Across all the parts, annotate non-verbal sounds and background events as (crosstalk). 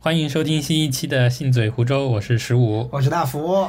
欢迎收听新一期的《信嘴湖州》，我是十五。我是大福，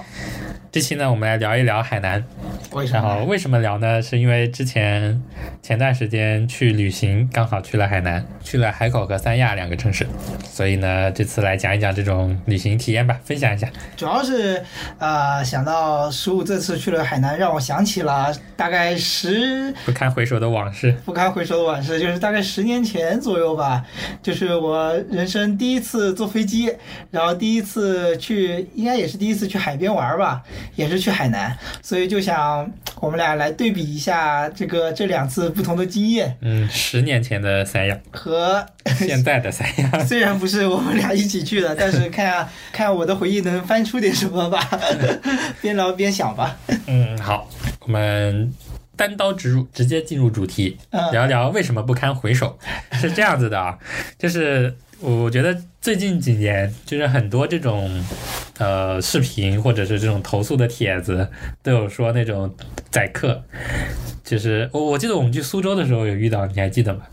这期呢，我们来聊一聊海南。为什然后么？为什么聊呢？是因为之前前段时间去旅行，刚好去了海南，去了海口和三亚两个城市，所以呢，这次来讲一讲这种旅行体验吧，分享一下。主要是呃，想到十五这次去了海南，让我想起了大概十不堪回首的往事，不堪回首的往事，就是大概十年前左右吧，就是我人生第一次坐飞机，然后第一次去，应该也是第一次去海边玩吧，也是去海南，所以就想我们俩来对比一下这个这两次不同的经验嗯，十年前的三亚，和现在的三 (laughs) 亚，虽然不是我们俩一起去的，(laughs) 但是看下看我的回忆能翻出点什么吧，边聊边想吧。嗯，好，我们单刀直入，直接进入主题，嗯聊聊为什么不堪回首。 (laughs) 是这样子的啊，就是我觉得最近几年，就是很多这种呃视频或者是这种投诉的帖子，都有说那种宰客。就是哦我我记得我们去苏州的时候有遇到，你还记得吗？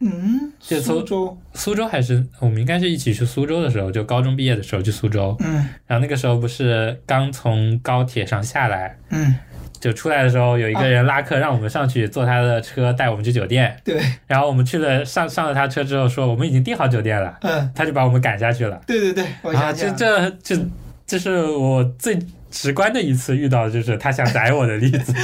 嗯，这苏从州，苏州还是我们应该是一起去苏州的时候，就高中毕业的时候去苏州，嗯然后那个时候不是刚从高铁上下来，嗯，就出来的时候，有一啊个人拉客，让我们上去坐他的车带我们去酒店。对，然后我们去了上上了他车之后，说我们已经订好酒店了，嗯，他就把我们赶下去了。对对对，我啊，想这想，这这这是我最直观的一次遇到，就是他想宰我的例 (laughs) 子，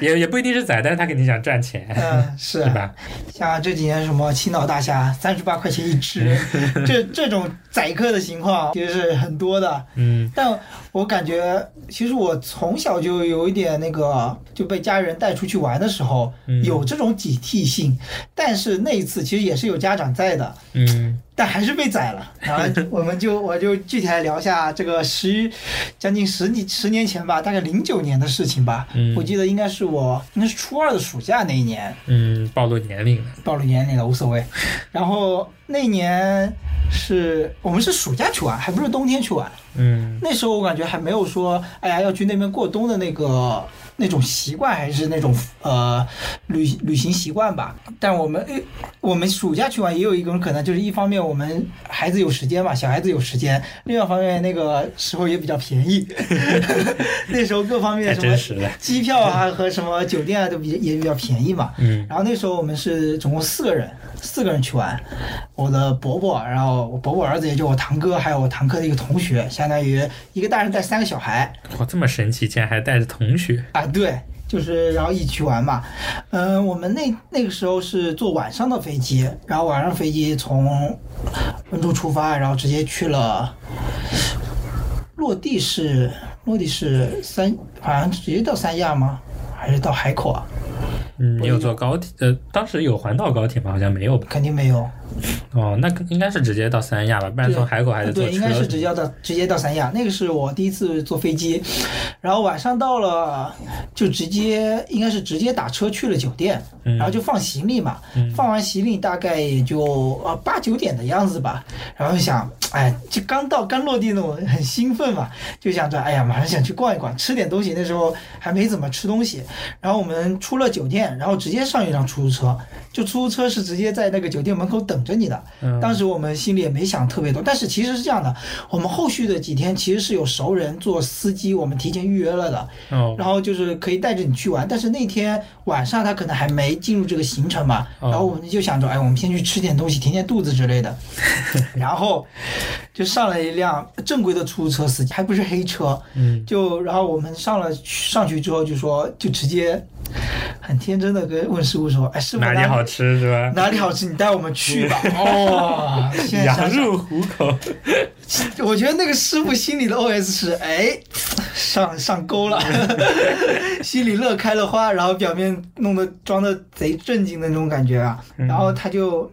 也也不一定是宰，但是他肯定想赚钱，嗯，是对吧？像这几年什么青岛大虾三十八块钱一 (laughs) 只，这这种宰客的情况其实是很多的。嗯但我感觉，其实我从小就有一点那个，就被家人带出去玩的时候，嗯有这种警惕性。但是那一次其实也是有家长在的，嗯但还是被宰了。然后我们就我就具体来聊一下这个十将近十几十年前吧，大概零九年的事情吧。嗯我记得应该是我应该是初二的暑假那一年，嗯，暴露年龄了。暴露年龄了无所谓。然后那一年是我们是暑假去玩，还不是冬天去玩。嗯那时候我感觉还没有说，哎呀，要去那边过冬的那个那种习惯，还是那种呃旅旅行习惯吧。但我们诶我们暑假去玩也有一种可能，就是一方面我们孩子有时间嘛，小孩子有时间；另外一方面那个时候也比较便宜， (laughs) 那时候各方面太什真么实了机票啊和什么酒店啊都比也比较便宜嘛。嗯然后那时候我们是总共四个人，四个人去玩。我的伯伯，然后我伯伯儿子，也就我堂哥，还有我堂哥的一个同学，相当于一个大人带三个小孩哇，这么神奇，竟然还带着同学。啊，对，就是然后一起去玩嘛。嗯，我们那那个时候是坐晚上的飞机，然后晚上飞机从温州出发，然后直接去了，落地是落地是三，好像直接到三亚吗？还是到海口啊？嗯，你有坐高铁？呃，当时有环岛高铁吗？好像没有吧？肯定没有，哦，那可应该是直接到三亚吧，不然对从海口还得坐车。对，应该是直接到直接到三亚，那个是我第一次坐飞机，然后晚上到了就直接应该是直接打车去了酒店，嗯然后就放行李嘛，嗯放完行李大概也就呃八九点的样子吧，然后想，哎，就刚到刚落地那种很兴奋嘛，就想着，哎呀，马上想去逛一逛，吃点东西，那时候还没怎么吃东西，然后我们出了酒店，然后直接上一辆出租车，就出租车是直接在那个酒店门口等着你的，嗯当时我们心里也没想特别多，但是其实是这样的，我们后续的几天其实是有熟人做司机，我们提前预约了的，哦，然后就是可以带着你去玩。但是那天晚上他可能还没进入这个行程嘛，哦然后我们就想着，哎，我们先去吃点东西，填填肚子之类 (laughs) 的。然后就上了一辆正规的出租车司机，还不是黑车。嗯，就然后我们上了上去之后，就说就直接很天真的跟问师傅说，哎，师傅哪里好吃是吧？哪里好吃，你带我们去吧。 (laughs) 哦，现在羊想想，入虎 (laughs) 口，我觉得那个师傅心里的 OS 是：哎，上上钩了， (laughs) 心里乐开了花，然后表面弄得装的贼正经的那种感觉啊。然后他就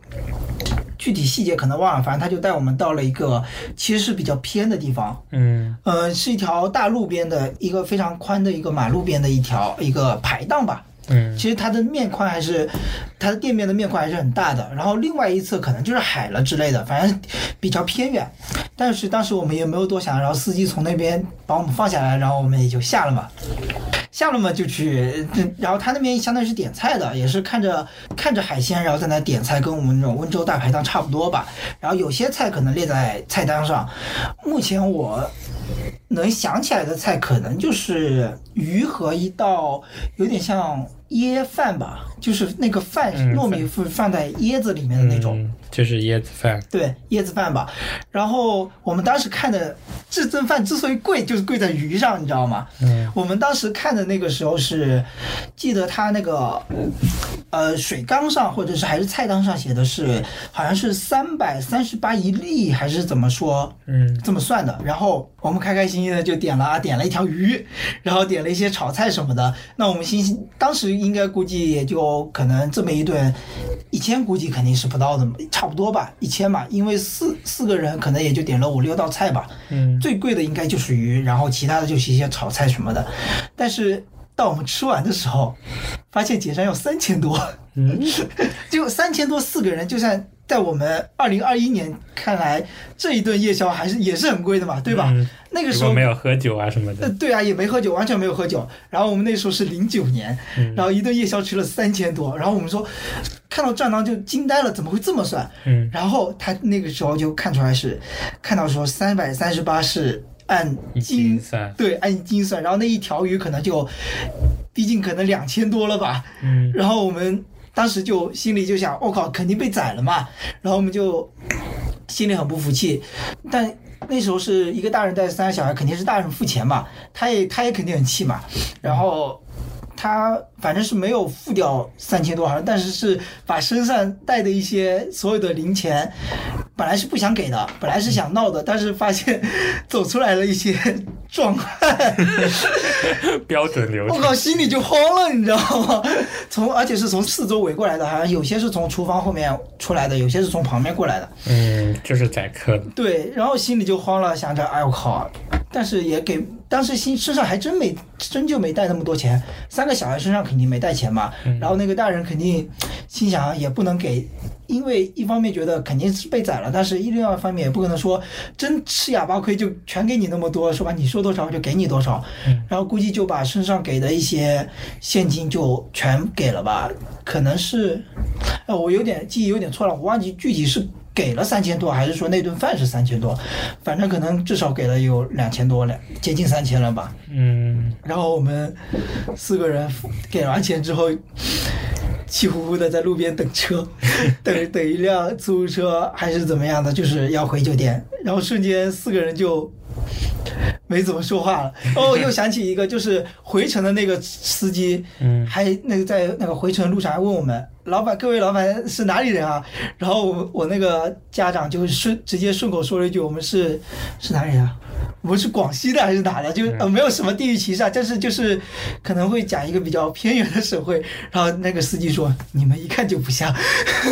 具体细节可能忘了，反正他就带我们到了一个其实是比较偏的地方，嗯呃，是一条大路边的一个非常宽的一个马路边的一条一个排档吧。嗯其实它的面宽还是它的店面的面宽还是很大的，然后另外一侧可能就是海了之类的，反正比较偏远。但是当时我们也没有多想，然后司机从那边把我们放下来，然后我们也就下了嘛。下了嘛就去， (laughs) 嗯然后他那边相当于是点菜的，也是看着看着海鲜，然后在那点菜，跟我们那种温州大排档差不多吧。然后有些菜可能列在菜单上，目前我能想起来的菜可能就是鱼和一道有点像椰饭吧，就是那个饭嗯糯米饭放在椰子里面的那种。嗯就是椰子饭，对椰子饭吧。然后我们当时看的至尊饭之所以贵，就是贵在鱼上，你知道吗？嗯我们当时看的那个时候是，记得它那个呃水缸上或者是还是菜单上写的是好像是三百三十八一粒还是怎么说？嗯，这么算的，然后我们开开心心的就点了啊，点了一条鱼，然后点了一些炒菜什么的。那我们心心当时应该估计也就可能这么一顿，一千估计肯定是不到的，差不多吧，一千吧，因为四四个人可能也就点了五六道菜吧。嗯最贵的应该就是鱼，然后其他的就是一些炒菜什么的。但是到我们吃完的时候，发现结账要三千多，嗯， (laughs) 就三千多四个人，就算在我们二零二一年看来，这一顿夜宵还是也是很贵的嘛，对吧？嗯那个如时果候没。有喝酒啊什么呃，的，对啊，也没喝酒，完全没有喝酒。然后我们那时候是零九年，嗯然后一顿夜宵吃了三千多。然后我们说，看到账单就惊呆了，怎么会这么算？嗯，然后他那个时候就看出来是，看到说三百三十八是按一斤斤算，对，按斤算，然后那一条鱼可能就，毕竟可能两千多了吧。 (laughs) 嗯然后我们当时就心里就想，我、靠，肯定被宰了嘛。然后我们就心里很不服气，但那时候是一个大人带三个小孩，肯定是大人付钱嘛，他也他也肯定很气嘛。然后他反正是没有付掉三千多，好像，但是是把身上带的一些所有的零钱，本来是不想给的，本来是想闹的，但是发现走出来了一些壮汉。标准流我程，靠，心里就慌了，你知道吗？ (laughs) 从而且是从四周围过来的，好像有些是从厨房后面出来的，有些是从旁边过来的。嗯，就是宰客的，对，然后心里就慌了，想着哎我靠，但是也给当时心身上还真没真就没带那么多钱，三个小孩身上肯定没带钱嘛，然后那个大人肯定心想也不能给，因为一方面觉得肯定是被宰了，但是一另外一方面也不可能说真吃哑巴亏就全给你那么多是吧？你说多少我就给你多少，然后估计就把身上给的一些现金就全给了吧，可能是，呃，我有点记忆有点错了，我忘记具体是给了三千多，还是说那顿饭是三千多，反正可能至少给了有两千多了，接近三千了吧。嗯，然后我们四个人给完钱之后，气呼呼的在路边等车， (laughs) 等等一辆出租车还是怎么样的，就是要回酒店。然后瞬间四个人就没怎么说话了。哦，又想起一个，就是回程的那个司机，嗯还那个在那个回程路上还问我们老板，各位老板是哪里人啊？然后我我那个家长就顺直接顺口说了一句，我们是是哪里人啊？我们是广西的还是哪的？就呃没有什么地域歧视啊，但是就是可能会讲一个比较偏远的省会。然后那个司机说：“你们一看就不像，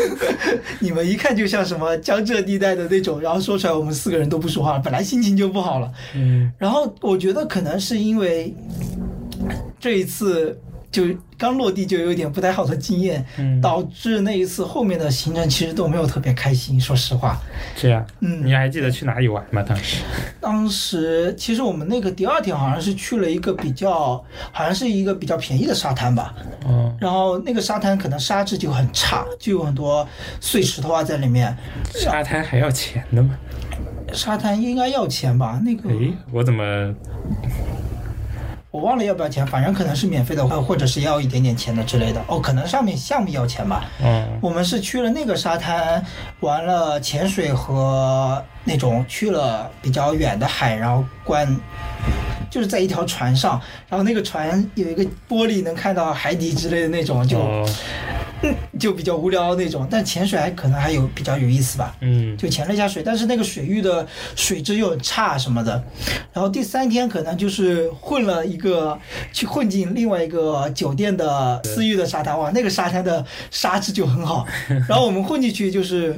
(laughs) 你们一看就像什么江浙地带的那种。”然后说出来，我们四个人都不说话了，本来心情就不好了。嗯然后我觉得可能是因为这一次就刚落地就有一点不太好的经验，嗯，导致那一次后面的行程其实都没有特别开心。说实话，这样，嗯你还记得去哪里玩吗？当时，当时其实我们那个第二天好像是去了一个比较，好像是一个比较便宜的沙滩吧，哦，然后那个沙滩可能沙质就很差，就有很多碎石头啊在里面。沙滩还要钱的吗？沙滩应该要钱吧？那个诶，我怎么我忘了要不要钱，反正可能是免费的，呃或或者是要一点点钱的之类的。哦，可能上面项目要钱吧。哦，我们是去了那个沙滩，玩了潜水和那种去了比较远的海，然后观，就是在一条船上，然后那个船有一个玻璃能看到海底之类的那种，就、哦，就比较无聊那种。但潜水还可能还有比较有意思吧。嗯，就潜了一下水，但是那个水域的水质又很差什么的。然后第三天可能就是混了一个，去混进另外一个酒店的私域的沙滩，哇，那个沙滩的沙质就很好。然后我们混进去就是。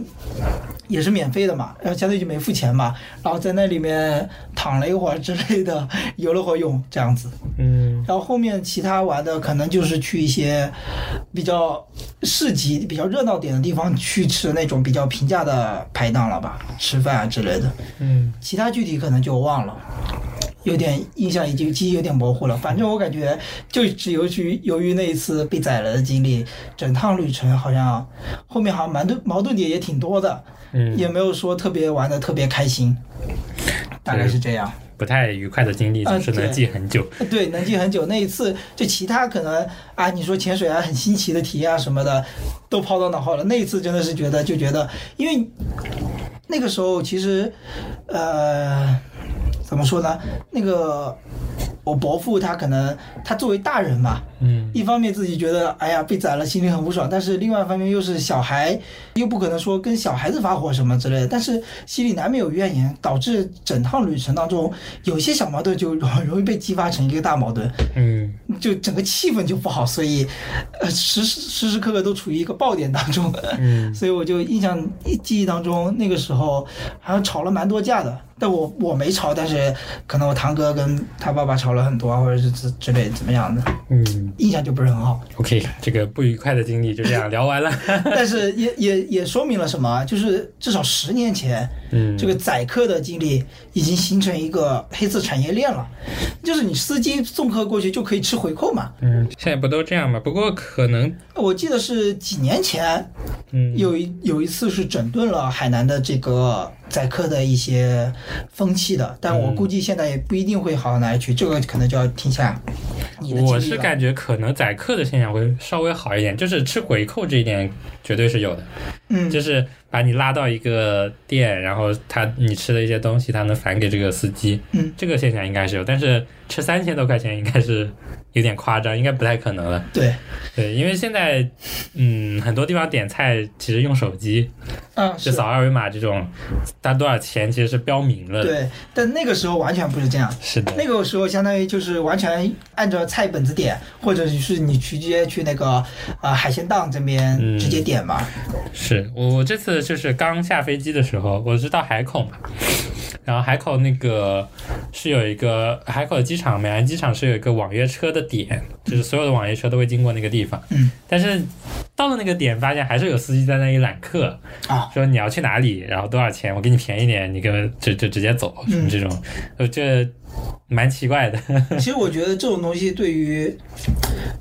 也是免费的嘛，然后相当于就没付钱嘛，然后在那里面躺了一会儿之类的，游了会儿泳这样子。嗯，然后后面其他玩的可能就是去一些比较市集、比较热闹点的地方去吃那种比较平价的排档了吧，吃饭啊之类的。嗯，其他具体可能就忘了。有点印象已经记忆有点模糊了。反正我感觉就只由于由于那一次被宰了的经历，整趟旅程好像后面好像矛盾矛盾点也挺多的，嗯，也没有说特别玩的特别开心，大概是这样。不太愉快的经历啊总是能对记很久。对，能记很久。那一次，就其他可能啊，你说潜水啊，很新奇的体验啊什么的，都抛到脑后了。那一次真的是觉得，就觉得，因为那个时候其实，呃，怎么说呢？那个我伯父他可能他作为大人嘛，嗯一方面自己觉得哎呀被宰了，心里很不爽，但是另外一方面又是小孩，又不可能说跟小孩子发火什么之类的，但是心里难免有怨言，导致整趟旅程当中有些小矛盾就很容易 (laughs) 被激发成一个大矛盾，嗯，就整个气氛就不好，所以呃时时时时刻刻都处于一个爆点当中，嗯 (laughs) 所以我就印象记忆当中那个时候好像吵了蛮多架的，但我我没吵，但是可能我堂哥跟他爸爸吵了很多啊，或者是之之类怎么样的，嗯印象就不是很好。 ，OK，这个不愉快的经历就这样聊 (laughs) 完了。 (laughs) 但是也也也说明了什么啊？就是至少十年前，嗯，这个宰客的经历已经形成一个黑色产业链了，就是你司机送客过去就可以吃回扣嘛。嗯，现在不都这样吗？不过可能，我记得是几年前嗯，有一有一次是整顿了海南的这个宰客的一些风气的，但嗯我估计现在也不一定会好到哪里去，这个可能就要听下你的经历啊我是了感觉可能宰客的现象会稍微好一点，就是吃回扣这一点绝对是有的，嗯就是把你拉到一个店，然后他你吃的一些东西，他能返给这个司机，嗯，这个现象应该是有，但是吃三千多块钱应该是有点夸张，应该不太可能了。对，对，因为现在，嗯，很多地方点菜其实用手机，啊就是扫二维码这种，它多少钱其实是标明了的。对，但那个时候完全不是这样。是的，那个时候相当于就是完全按照菜本子点，或者是你直接去那个呃海鲜档这边嗯直接点嘛。是我我这次就是刚下飞机的时候，我是到海口嘛，然后海口那个是有一个海口机场，美兰机场是有一个网约车的点，就是所有的网约车都会经过那个地方。嗯，但是到了那个点，发现还是有司机在那里揽客，啊，说你要去哪里，然后多少钱，我给你便宜点，你给我就就直接走，什么这种，呃，这蛮奇怪的。 (laughs) 其实我觉得这种东西对于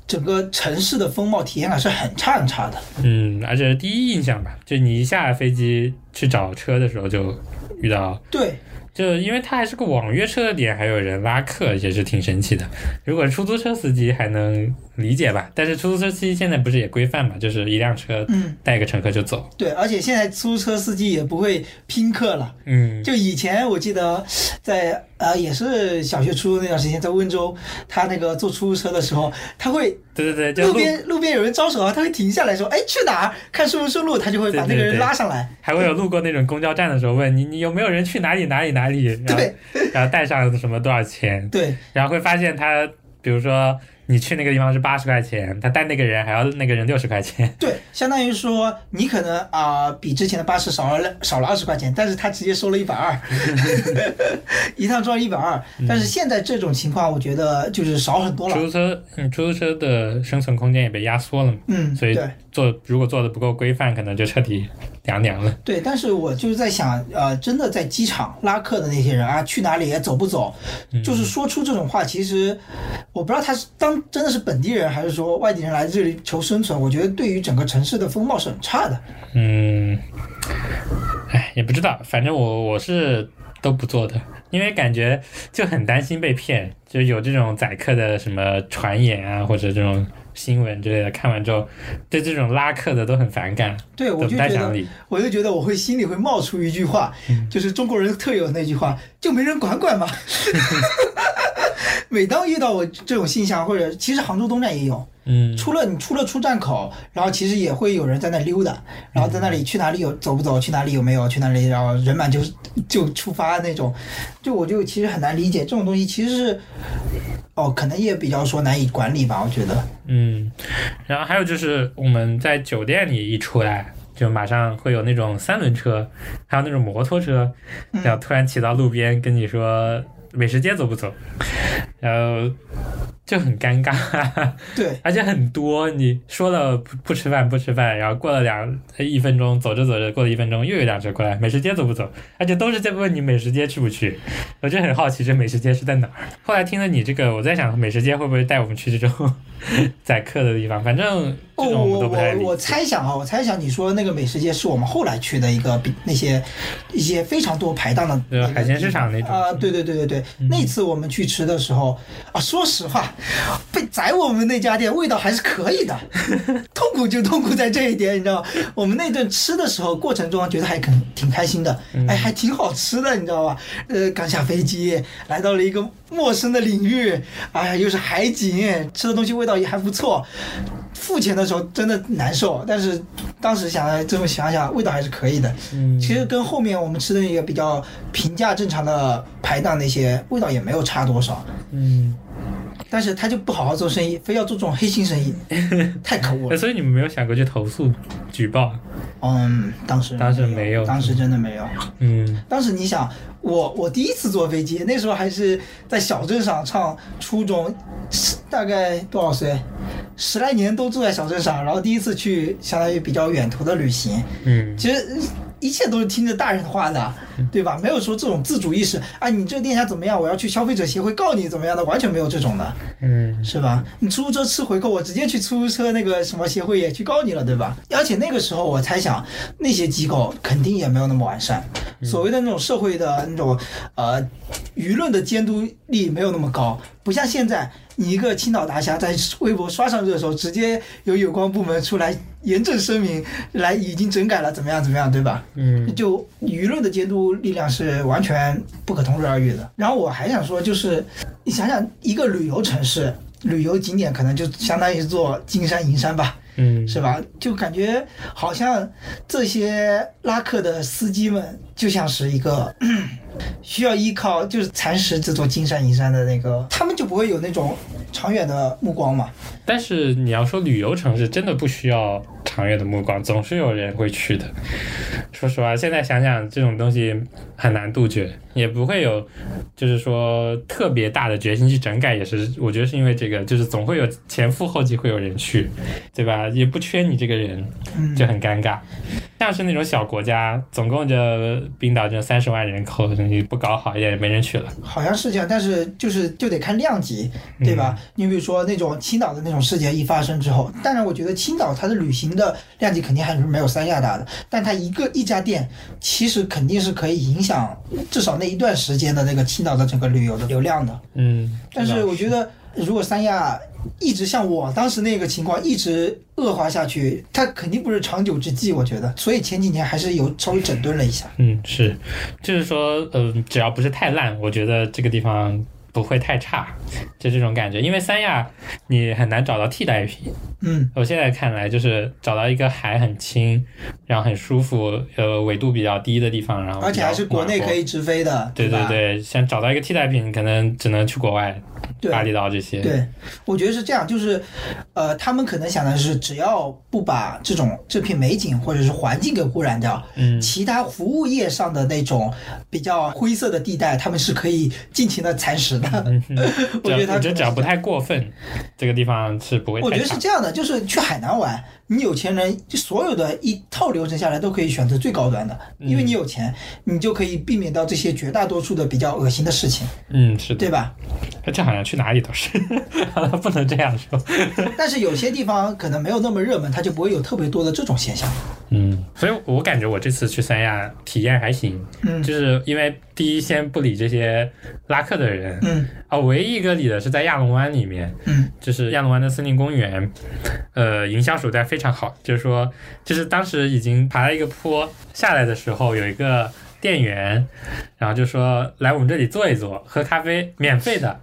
整个城市的风貌体验感是很差很差的。嗯，而且第一印象吧，就你一下飞机去找车的时候就遇到。对，就因为它还是个网约车的点，还有人拉客，也是挺神奇的。如果是出租车司机还能理解吧，但是出租车司机现在不是也规范嘛，就是一辆车嗯，带一个乘客就走。对，而且现在出租车司机也不会拼客了。嗯，就以前我记得在呃也是小学初中那段时间，在温州，他那个坐出租车的时候，他会对对对，就路路边路边有人招手啊，他会停下来说：“哎，去哪儿？看顺不顺路？”他就会把那对个对人对拉上来。还会有路过那种公交站的时候问你，你有没有人去哪里哪里哪里？然后对 (laughs) 然后带上什么多少钱，对然后会发现他，比如说你去那个地方是八十块钱，他带那个人还要那个人六十块钱。对，相当于说你可能啊、比之前的八十少了少了二十块钱，但是他直接收了一百二， (laughs) 一趟赚一百二。但是现在这种情况，我觉得就是少很多出了。租车，嗯，出租车的生存空间也被压缩了嘛。嗯，所以对做如果做的不够规范，可能就彻底凉凉了。对，但是我就是在想，呃，真的在机场拉客的那些人啊，去哪里走不走，就是说出这种话，其实我不知道他是当真的是本地人，还是说外地人来这里求生存。我觉得对于整个城市的风貌是很差的。嗯，哎，也不知道，反正我我是都不做的，因为感觉就很担心被骗，就有这种宰客的什么传言啊，或者这种新闻之类的，看完之后对这种拉客的都很反感，对，都我不就太觉想得理。我就觉得我会心里会冒出一句话，就是中国人特有的那句话，就没人管管嘛。每当遇到我这种现象，或者其实杭州东站也有，嗯，出了你出了出站口，然后其实也会有人在那溜达，然后在那里去哪里有走不走，去哪里有没有去哪里，然后人满就就出发那种，就我就其实很难理解这种东西，其实是哦，可能也比较说难以管理吧，我觉得。嗯，然后还有就是我们在酒店里一出来，就马上会有那种三轮车，还有那种摩托车，然后突然骑到路边跟你说美食街走不走，然后就很尴尬，对，而且很多。你说了不不吃饭不吃饭，然后过了两一分钟，走着走着过了一分钟，又有辆车过来，美食街走不走？而且都是在问你美食街去不去。 (laughs) 我就很好奇这美食街是在哪儿。后来听了你这个，我在想美食街会不会带我们去这种宰客的地方？反正哦，这种我们都不太我理我解。猜想啊，我猜想你说那个美食街是我们后来去的一个比那些一些非常多排档的对那个海鲜市场那种嗯啊、对对对对对，那次我们去吃的时候啊，说实话，被宰我们那家店味道还是 (laughs) 可以的，痛苦就痛苦在这一点，你知道吗？我们那顿吃的时候过程中觉得还挺挺开心的，嗯哎，还挺好吃的，你知道吧？呃，刚下飞机来到了一个陌生的领域，哎呀，又是海景，吃的东西味道也还不错。付钱的时候真的难受，但是当时想来这么想想，味道还是可以的。嗯其实跟后面我们吃的那个比较平价正常的排档那些味道也没有差多少，嗯，但是他就不好好做生意，非要做这种黑心 (laughs) 生意，太可恶哎了。所以你们没有想过去投诉举报？嗯，当时当时没有当时真的没有。嗯当时你想，我我第一次坐飞机，那时候还是在小镇上上初中，十大概多少岁？十来年都住在小镇上，然后第一次去相当于比较远途的旅行，嗯其实一切都是听着大人的话的，对吧？没有说这种自主意识啊，你这个店家怎么样？我要去消费者协会告你怎么样的，完全没有这种的，嗯是吧？你出租车吃回扣，我直接去出租车那个什么协会也去告你了，对吧？而且那个时候我猜想，那些机构肯定也没有那么完善，所谓的那种社会的那种呃舆论的监督力没有那么高，不像现在。你一个青岛达侠在微博刷上热搜，直接有有关部门出来严正声明，来已经整改了，怎么样怎么样，对吧？嗯就舆论的监督力量是完全不可同日而语的。然后我还想说，就是你想想，一个旅游城市、旅游景点，可能就相当于做金山银山吧，嗯，是吧？就感觉好像这些拉客的司机们就像是一个 (clears throat) 需要依靠就是蚕食这座金山银山的那个，他们就不会有那种长远的目光嘛。但是你要说旅游城市，真的不需要长远的目光，总是有人会去的。说实话，现在想想这种东西很难杜绝，也不会有，就是说特别大的决心去整改，也是我觉得是因为这个，就是总会有前赴后继会有人去，对吧？也不缺你这个人，嗯就很尴尬。像是那种小国家，总共就冰岛就三十万人口，你不搞好也没人去了。好像是这样，但是就是就得看量级，嗯对吧？你比如说那种青岛的那种事件一发生之后，当然我觉得青岛它的旅行的量级肯定还是没有三亚大的，但它一个一家店其实肯定是可以影响至少那一段时间的那个青岛的整个旅游的流量的。嗯，但是我觉得，如果三亚一直像我当时那个情况一直恶化下去，它肯定不是长久之计，我觉得。所以前几年还是有稍微整顿了一下。嗯，是，就是说，嗯、只要不是太烂，我觉得这个地方不会太差，就这种感觉。因为三亚你很难找到替代品，嗯，我现在看来就是找到一个海很清，然后很舒服，呃，纬度比较低的地方，然后而且还是国内可以。以直飞的，对吧对对，想找到一个替代品，可能只能去国外，对巴厘岛这些。对，我觉得是这样，就是，呃，他们可能想的是，只要不把这种这片美景或者是环境给污染掉，嗯其他服务业上的那种比较灰色的地带，他们是可以尽情的蚕食的。嗯 (laughs) 我只要觉得他我觉得可只要不太过分，这个地方是不会我太觉得差是。这样的，就是去海南玩，你有钱人就所有的一套流程下来都可以选择最高端的，嗯因为你有钱，你就可以避免掉这些绝大多数的比较恶心的事情，嗯，是的 (laughs) 对，吧？这好像去哪里都是， (laughs) 不能这样说。但是有些地方可能没有那么热门，它就不会有特别多的这种现象。嗯，所以我感觉我这次去三亚体验还行，嗯就是因为第一先不理这些拉客的人，嗯啊，唯一一个理的是在亚龙湾里面，嗯。就是亚龙湾的森林公园，呃，营销手段非常好，就是说，就是当时已经爬了一个坡下来的时候，有一个店员，然后就说来我们这里坐一坐，喝咖啡，免费的，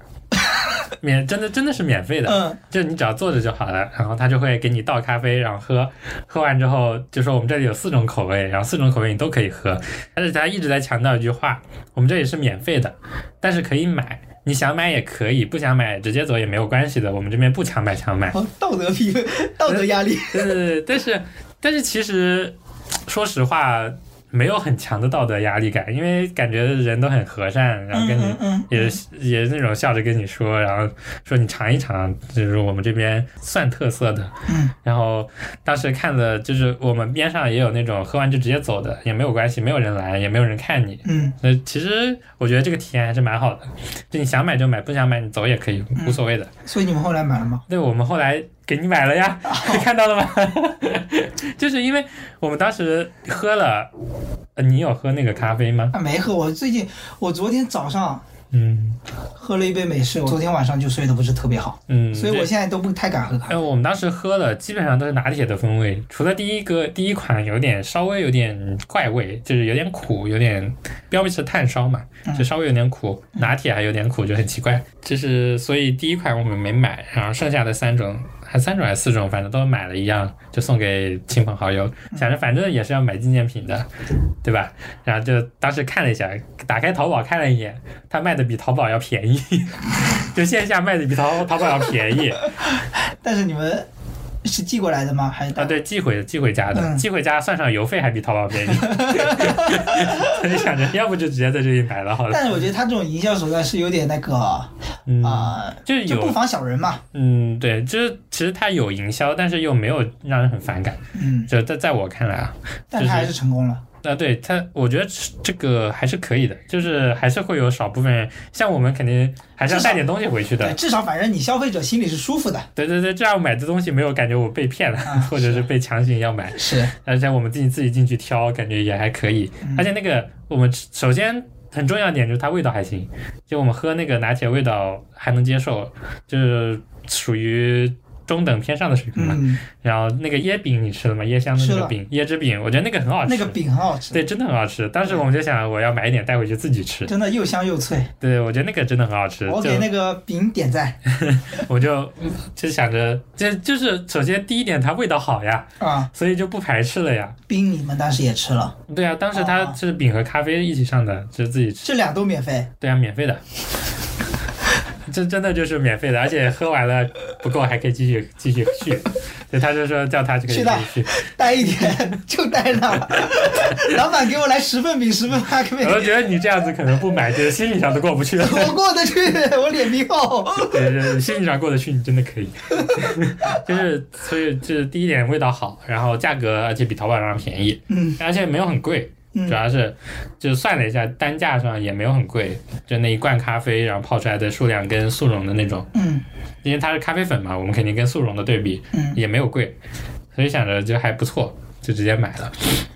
(laughs) 免真的真的是免费的，嗯就你只要坐着就好了，然后他就会给你倒咖啡，然后喝，喝完之后就说我们这里有四种口味，然后四种口味你都可以喝，但是他一直在强调一句话，我们这里是免费的，但是可以买，你想买也可以，不想买直接走也没有关系的，我们这边不强买强 (laughs) 买。哦，道德批判，道德压力。对对对，但是但是其实说实话，没有很强的道德压力感，因为感觉人都很和善，然后跟你嗯嗯嗯也是也是那种笑着跟你说，然后说你尝一尝，就是我们这边算特色的。嗯，然后当时看的就是我们边上也有那种喝完就直接走的，也没有关系，没有人拦，也没有人看你。嗯那其实我觉得这个体验还是蛮好的，就你想买就买，不想买你走也可以，无所谓的。所以你们后来买了吗？对，我们后来给你买了呀， (laughs) 你看到了吗？就是因为我们当时喝了，呃你有喝那个咖啡吗？啊，没喝。我最近，我昨天早上嗯喝了一杯美式，我昨天晚上就睡得不是特别好，嗯，所以我对现在都不太敢喝咖啡。呃，我们当时喝了，基本上都是拿铁的风味，除了第一个第一款有点稍微有点怪味，就是有点苦，有点标配是炭烧嘛，就稍微有点苦，拿铁还有点苦，就很奇怪。就是所以第一款我们没买，然后剩下的三种，还三种还是四种，反正都买了一样，就送给亲朋好友，想着反正也是要买纪念品的，对吧？然后就当时看了一下，打开淘宝看了一眼，它卖的比淘宝要便宜， (laughs) 就线下卖的比淘淘宝要便宜。但是你们是寄过来的吗？还是啊，对，寄回寄回家的，嗯寄回家算上邮费还比淘宝便宜。 (laughs) 我就想着，要不就直接在这里买了好了。但是我觉得他这种营销手段是有点那个啊、嗯，就是就不有，防小人嘛。嗯，对，就是其实它有营销，但是又没有让人很反感。嗯，就在在我看来啊，但他还是成功了。啊，对它，我觉得这个还是可以的，就是还是会有少部分人，像我们肯定还是要至少带点东西回去对，的。至少反正你消费者心里是舒服的。对对对，这样买的东西没有感觉我被骗了，啊或者是被强行要买。是，而且我们自己自己进去挑，感觉也还可以。嗯而且那个我们吃首先很重要一点就是它味道还行，就我们喝那个拿铁味道还能接受，就是属于中等偏上的水平嘛。嗯，然后那个椰饼你吃了吗？椰香的那吃个了饼，椰汁饼，我觉得那个很好吃。那个饼很好啊吃，对，真的很好吃。当时我们就想，我要买一点带回去自己吃。真的又香又脆。对，我觉得那个真的很好吃。我就给那个饼点赞我就就想着，这就是首先第一点，它味道好呀，啊！所以就不排斥了呀。冰你们当时也吃了，对啊，当时它哦是饼和咖啡一起上的，就是自己吃。这俩都免费。对啊，免费 (laughs) 的，这真的就是免费的，而且喝完了不够还可以继续继续续。对，他就说叫他就可以是的继续续。待一天 (laughs) 就待那儿，老板给我来十份饼， (laughs) 十份咖啡我，就觉得你这样子可能不买，就是心理上都过不去了。我过得去，我脸皮厚。对对，对心理上过得去，你真的可以。 (laughs) 就是所以就是第一点味道好，然后价格而且比淘宝上便宜，嗯而且没有很贵。主嗯，要是就算了一下，单价上也没有很贵，就那一罐咖啡，然后泡出来的数量跟速溶的那种，嗯因为它是咖啡粉嘛，我们肯定跟速溶的对比嗯也没有贵，所以想着就还不错，就直接买了，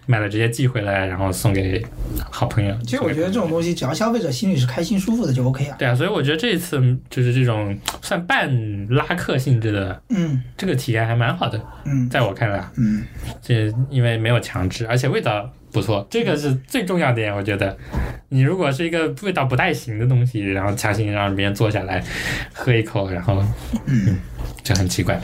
买了直接寄回来，然后送给好朋友。其实我觉得这种东西，只要消费者心里是开心舒服的就 OK 啊。对啊，所以我觉得这一次就是这种算半拉客性质的嗯这个体验还蛮好的，嗯在我看来啊，嗯，这因为没有强制，而且味道不错，这个是最重要的点。我觉得，你如果是一个味道不太行的东西，然后强行让别人坐下来喝一口，然后，嗯，就很奇怪，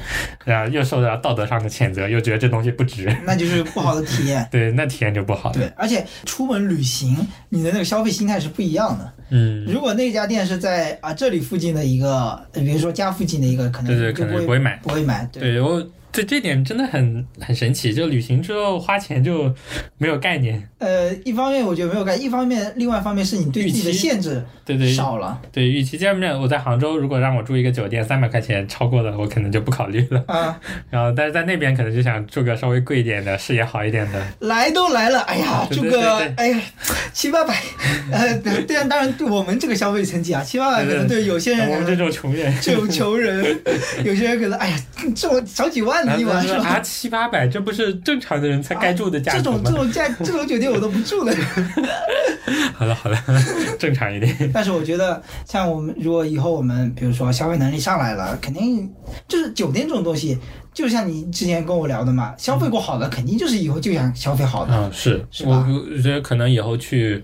然后又受到道德上的谴责，又觉得这东西不值，。那就是不好的体验对，那体验就不好了。对，而且出门旅行，你的那个消费心态是不一样的。嗯，如果那家店是在啊这里附近的一个，呃比如说家附近的一个，可对对，能可嗯就能不就不会会买。不会买。对，对我。对这点真的很很神奇，就旅行之后花钱就没有概念，呃，一方面我觉得没有干，一方面另外一方面是你对自己的预期限制对对，少了。对，与其这样，我在杭州如果让我住一个酒店，三百块钱超过了，我可能就不考虑了。啊，然后，但是在那边可能就想住个稍微贵一点的，视野好一点的。来都来了，哎呀，对这对个对对哎呀，七八百，呃，对对啊，当然对我们这个消费层级啊，七八百可能对啊有些人我可们能这种穷人，这种穷人， (laughs) 有些人可能哎呀，这种小几万然的后一晚就说上，啊，七八百，这不是正常的人才该住的价啊这格种这吗？种价这种酒店我都不住了。好了好了， (laughs) 正常一点。但是我觉得，像我们如果以后我们比如说消费能力上来了，肯定就是酒店这种东西，就像你之前跟我聊的嘛，消费过好的，肯定就是以后就想消费好的。嗯，是是我吧我觉得可能以后去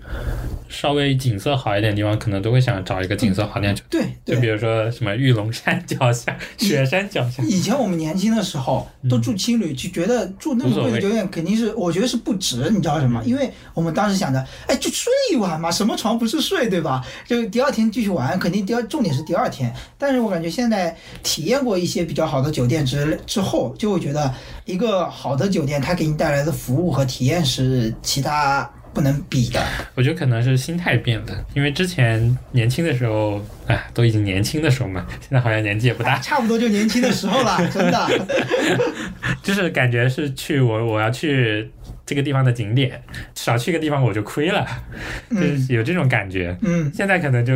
稍微景色好一点的地方，可能都会想找一个景色好一点的酒嗯对店，就比对，如说什么玉龙山脚下、雪山脚下，以前我们年轻的时候都住青旅，就觉得住那么贵的酒店肯定是，我觉得是不值，你知道什么？因为我们当时想着，哎，就睡一晚嘛，什么床不是睡，对吧？就第二天继续玩，肯定第二重点是第二天。但是我感觉现在体验过一些比较好的酒店之类之后，就会觉得一个好的酒店，它给你带来的服务和体验是其他不能比的。我觉得可能是心态变了，因为之前年轻的时候，哎，都已经年轻的时候嘛，现在好像年纪也不大，差不多就年轻的时候了，真的。就是感觉是去我我要去这个地方的景点，少去一个地方我就亏了， (laughs) 就是有这种感觉。嗯现在可能就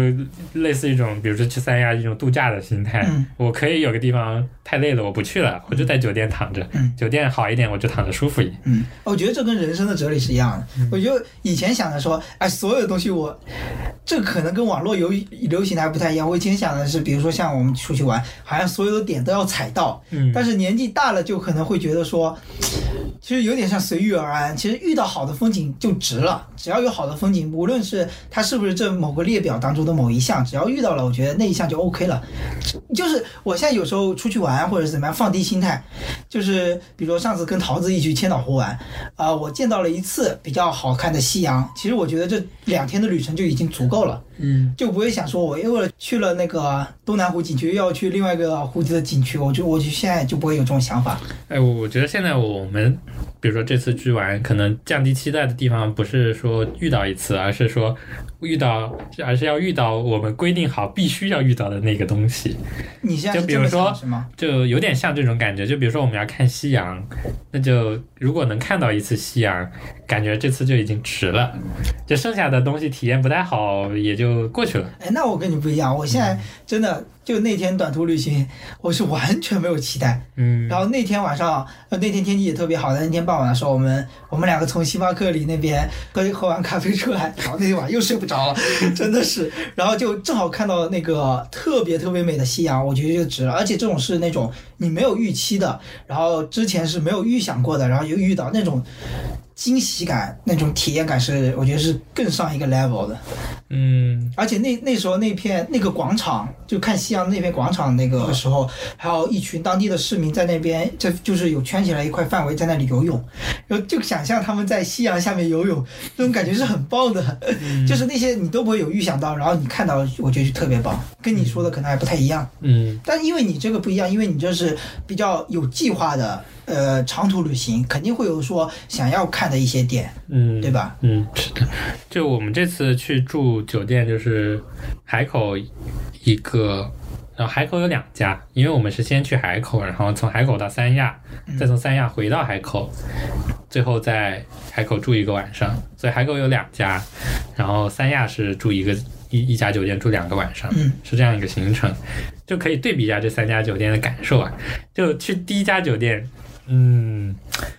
类似一种，比如说去三亚这种度假的心态，嗯我可以有个地方太累了，我不去了，我就在酒店躺着，嗯酒店好一点，我就躺着舒服一点。嗯，我觉得这跟人生的哲理是一样的。我就以前想着说，哎，所有的东西我，这可能跟网络游流行的还不太一样。我以前想的是，比如说像我们出去玩，好像所有的点都要踩到，嗯，但是年纪大了就可能会觉得说，其实有点像随遇而安。其实遇到好的风景就值了，只要有好的风景，无论是它是不是这某个列表当中的某一项，只要遇到了，我觉得那一项就 OK 了。就是我现在有时候出去玩或者是怎么样，放低心态，就是比如说上次跟桃子一起去千岛湖玩，啊、我见到了一次比较好看的夕阳。其实我觉得这两天的旅程就已经足够了。嗯，就不会想说，我又为了去了那个东南湖景区，又要去另外一个湖的景区，我就我就现在就不会有这种想法。哎，我我觉得现在我们，比如说这次去玩，可能降低期待的地方不是说遇到一次，而是说遇到，而是要遇到我们规定好必须要遇到的那个东西。你现就在是比这如么想说是吗？就有点像这种感觉。就比如说我们要看夕阳，那就如果能看到一次夕阳，感觉这次就已经值了。就剩下的东西体验不太好，也就过去了。哎，那我跟你不一样，我现在真的就那天短途旅行，我是完全没有期待。嗯然后那天晚上，呃，那天天气也特别好的，那天傍晚的时候，我们我们两个从星巴克里那边喝喝完咖啡出来，然后那天晚上又睡不着了， (laughs) 真的是。然后就正好看到那个特别特别美的夕阳，我觉得就值了。而且这种是那种你没有预期的，然后之前是没有预想过的，然后又遇到那种。惊喜感那种体验感是，我觉得是更上一个 level 的。嗯，而且那那时候那片那个广场，就看夕阳那片广场那个时候，还有一群当地的市民在那边，这就是有圈起来一块范围在那里游泳，然后就想象他们在夕阳下面游泳，这种感觉是很棒的， (laughs) 就是那些你都不会有预想到，然后你看到，我觉得就特别棒，跟你说的可能还不太一样，嗯但因为你这个不一样，因为你这是比较有计划的，呃，长途旅行肯定会有说想要看的一些点，嗯，对？吧？嗯，是的。就我们这次去住酒店，就是海口一个。然后海口有两家，因为我们是先去海口，然后从海口到三亚，再从三亚回到海口，最后在海口住一个晚上。所以海口有两家，然后三亚是住一个一一家酒店住两个晚上，嗯是这样一个行程，就可以对比一下这三家酒店的感受啊。就去第一家酒店，嗯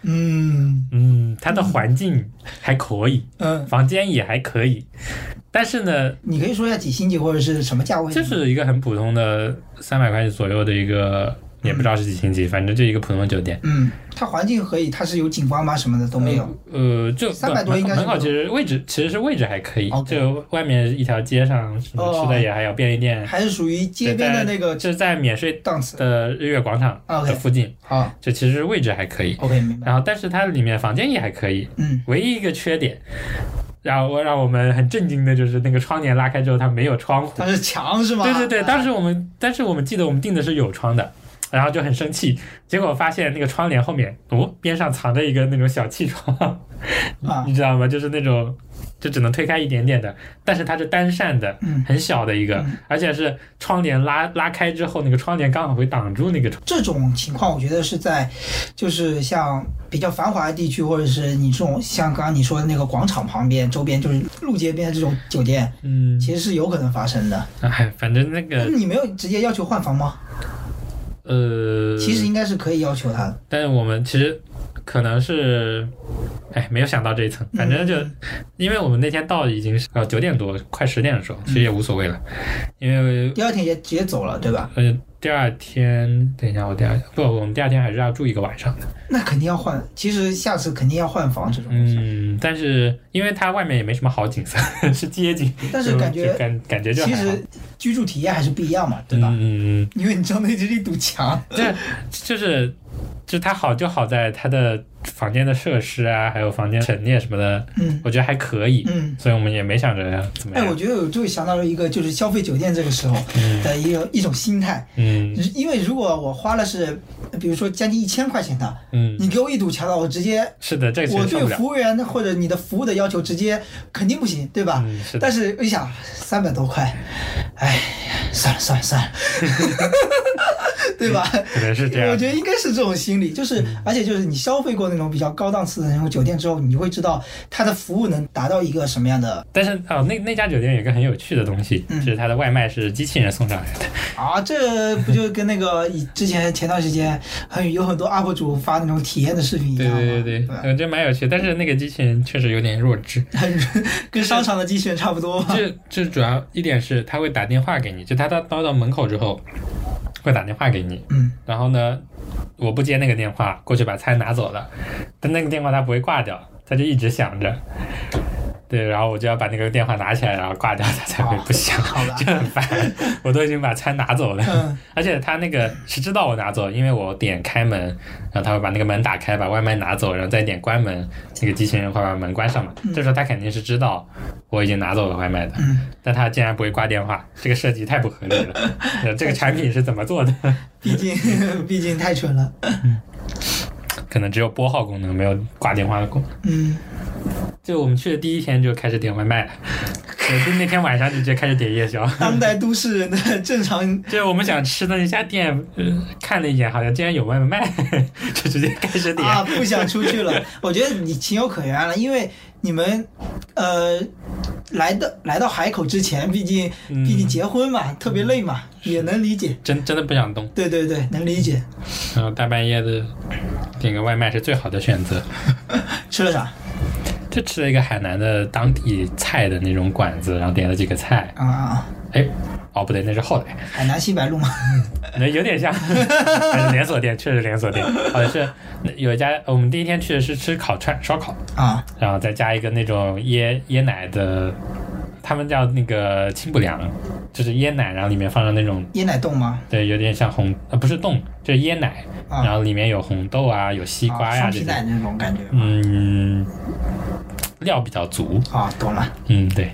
嗯嗯，它的环境还可以，嗯。房间也还可以，但是呢，你可以说一下几星级或者是什么价位？就是一个很普通的三百块钱左右的一个，也不知道是几星级，反正就一个普通的酒店。嗯，它环境可以，它是有景观吗？什么的都没有。呃，就300多门应该是门口不其实位置其实是位置还可以， OK 就外面一条街上什么哦吃的也还有便利店，还是属于街边的那个嗯就是在免税档次。的日月广场的啊 OK 附近，好就其实位置还可以。 ，OK，明白。然后，但是它里面房间也还可以，嗯，唯一一个缺点，让我让我们很震惊的就是那个窗帘拉开之后它没有窗户。它是墙是吗？对对对，当时时我们，但是我们记得我们订的是有窗的，然后就很生气，结果发现那个窗帘后面，哦，边上藏着一个那种小气窗，啊你，知道吗？就是那种，就只能推开一点点的，但是它是单扇的，嗯很小的一个，而且是窗帘拉拉开之后，那个窗帘刚好会挡住那个窗。这种情况我觉得是在，就是像比较繁华的地区，或者是你这种像刚刚你说的那个广场旁边、周边，就是路街边的这种酒店，嗯，其实是有可能发生的。哎，反正那那个你没有直接要求换房吗？呃，其实应该是可以要求它的。但是我们其实可能是，哎，没有想到这一层。反正就，嗯因为我们那天到已经是呃九点多，快十点的时候，其实也无所谓了，因为第二天也直接走了，对吧？呃第二天，等一下，我第二不，我们第二天还是要住一个晚上的。那肯定要换，其实下次肯定要换房这种东西。嗯，但是因为它外面也没什么好景色， (laughs) 是街景，但是嗯就感觉就感感觉就其还好嗯实居住体验还是不一样嘛，对吧？嗯嗯嗯，因为你知道那是一堵墙，这就是。就它好就好在它的房间的设施啊，还有房间陈列什么的，嗯我觉得还可以，嗯。所以我们也没想着怎么哎，我样。觉得我就想到了一个，就是消费酒店这个时候的一个一种心态，嗯因为如果我花了是，比如说将近一千块钱的，嗯，你给我一堵墙的，我直接是的，这个我确实受对不了服。务员或者你的服务的要求直接肯定不行，对吧？嗯，是但的，是我一想，三百多块，哎，算了算 (laughs) 了算了， (laughs) 对吧？可能是这样嗯我。觉得应该是这种心理，就是而且就是你消费过那种比较高档次的那种酒店之后，你会知道它的服务能达到一个什么样的但是哦，那那家酒店有个很有趣的东西，嗯就是它的外卖是机器人送上来的。啊，这不就跟那个以之前前段时间很有很多 UP 主发那种体验的视频一对样吗？对对对，我觉得蛮有趣，但是那个机器人确实有点弱智。很跟商场的机器人差不多嘛。这这主要一点是他会打电话给你，就他到到到门口之后会打电话给你，嗯，然后呢，我不接那个电话，过去把餐拿走了，但那个电话他不会挂掉，他就一直响着。对，然后我就要把那个电话拿起来，然后挂掉，它才会不响， (laughs) 好吧就很烦。我都已经把餐拿走了，嗯而且他那个是知道我拿走，因为我点开门，然后他会把那个门打开，把外卖拿走，然后再点关门，那个机器人会把门关上嘛。这时候他肯定是知道我已经拿走了外卖的，嗯，但他竟然不会挂电话，这个设计太不合理了。呃这个产品是怎么做的？毕竟 (laughs) 毕竟太蠢了。可能只有拨号功能，没有挂电话的功能。嗯，就我们去的第一天就开始点外卖了，对就那天晚上就直接开始点夜宵。 (laughs) 当代都市人的正常。就是我们想吃的那家店，呃看了一眼，好像竟然有外卖， (laughs) 就直接开始 (laughs) 点。啊，不想出 (laughs) 去了。我觉得你情有可原了，因为你们，呃，来到来到海口之前，毕竟嗯毕竟结婚嘛，特别累嘛，也能理解。真真的不想动，对对对，能理解。然后大半夜的点个外卖是最好的选择。吃了啥？就吃了一个海南的当地菜的那种馆子，然后点了几个菜。啊啊啊！哎，哦不对，那是后来，海南西白鹿嘛。 (laughs) 那有点像，但是连锁店，确实连锁店，好像是那有一家，我们第一天去的是吃烤串烧烤，啊然后再加一个那种椰椰奶的，他们叫那个清补凉，就是椰奶，然后里面放上那种，椰奶冻吗？对，有点像红，呃，不是冻，就是椰奶，啊然后里面有红豆啊，有西瓜呀、这啊、双皮些奶，那种感觉。嗯，料比较足，啊，懂了。嗯，对，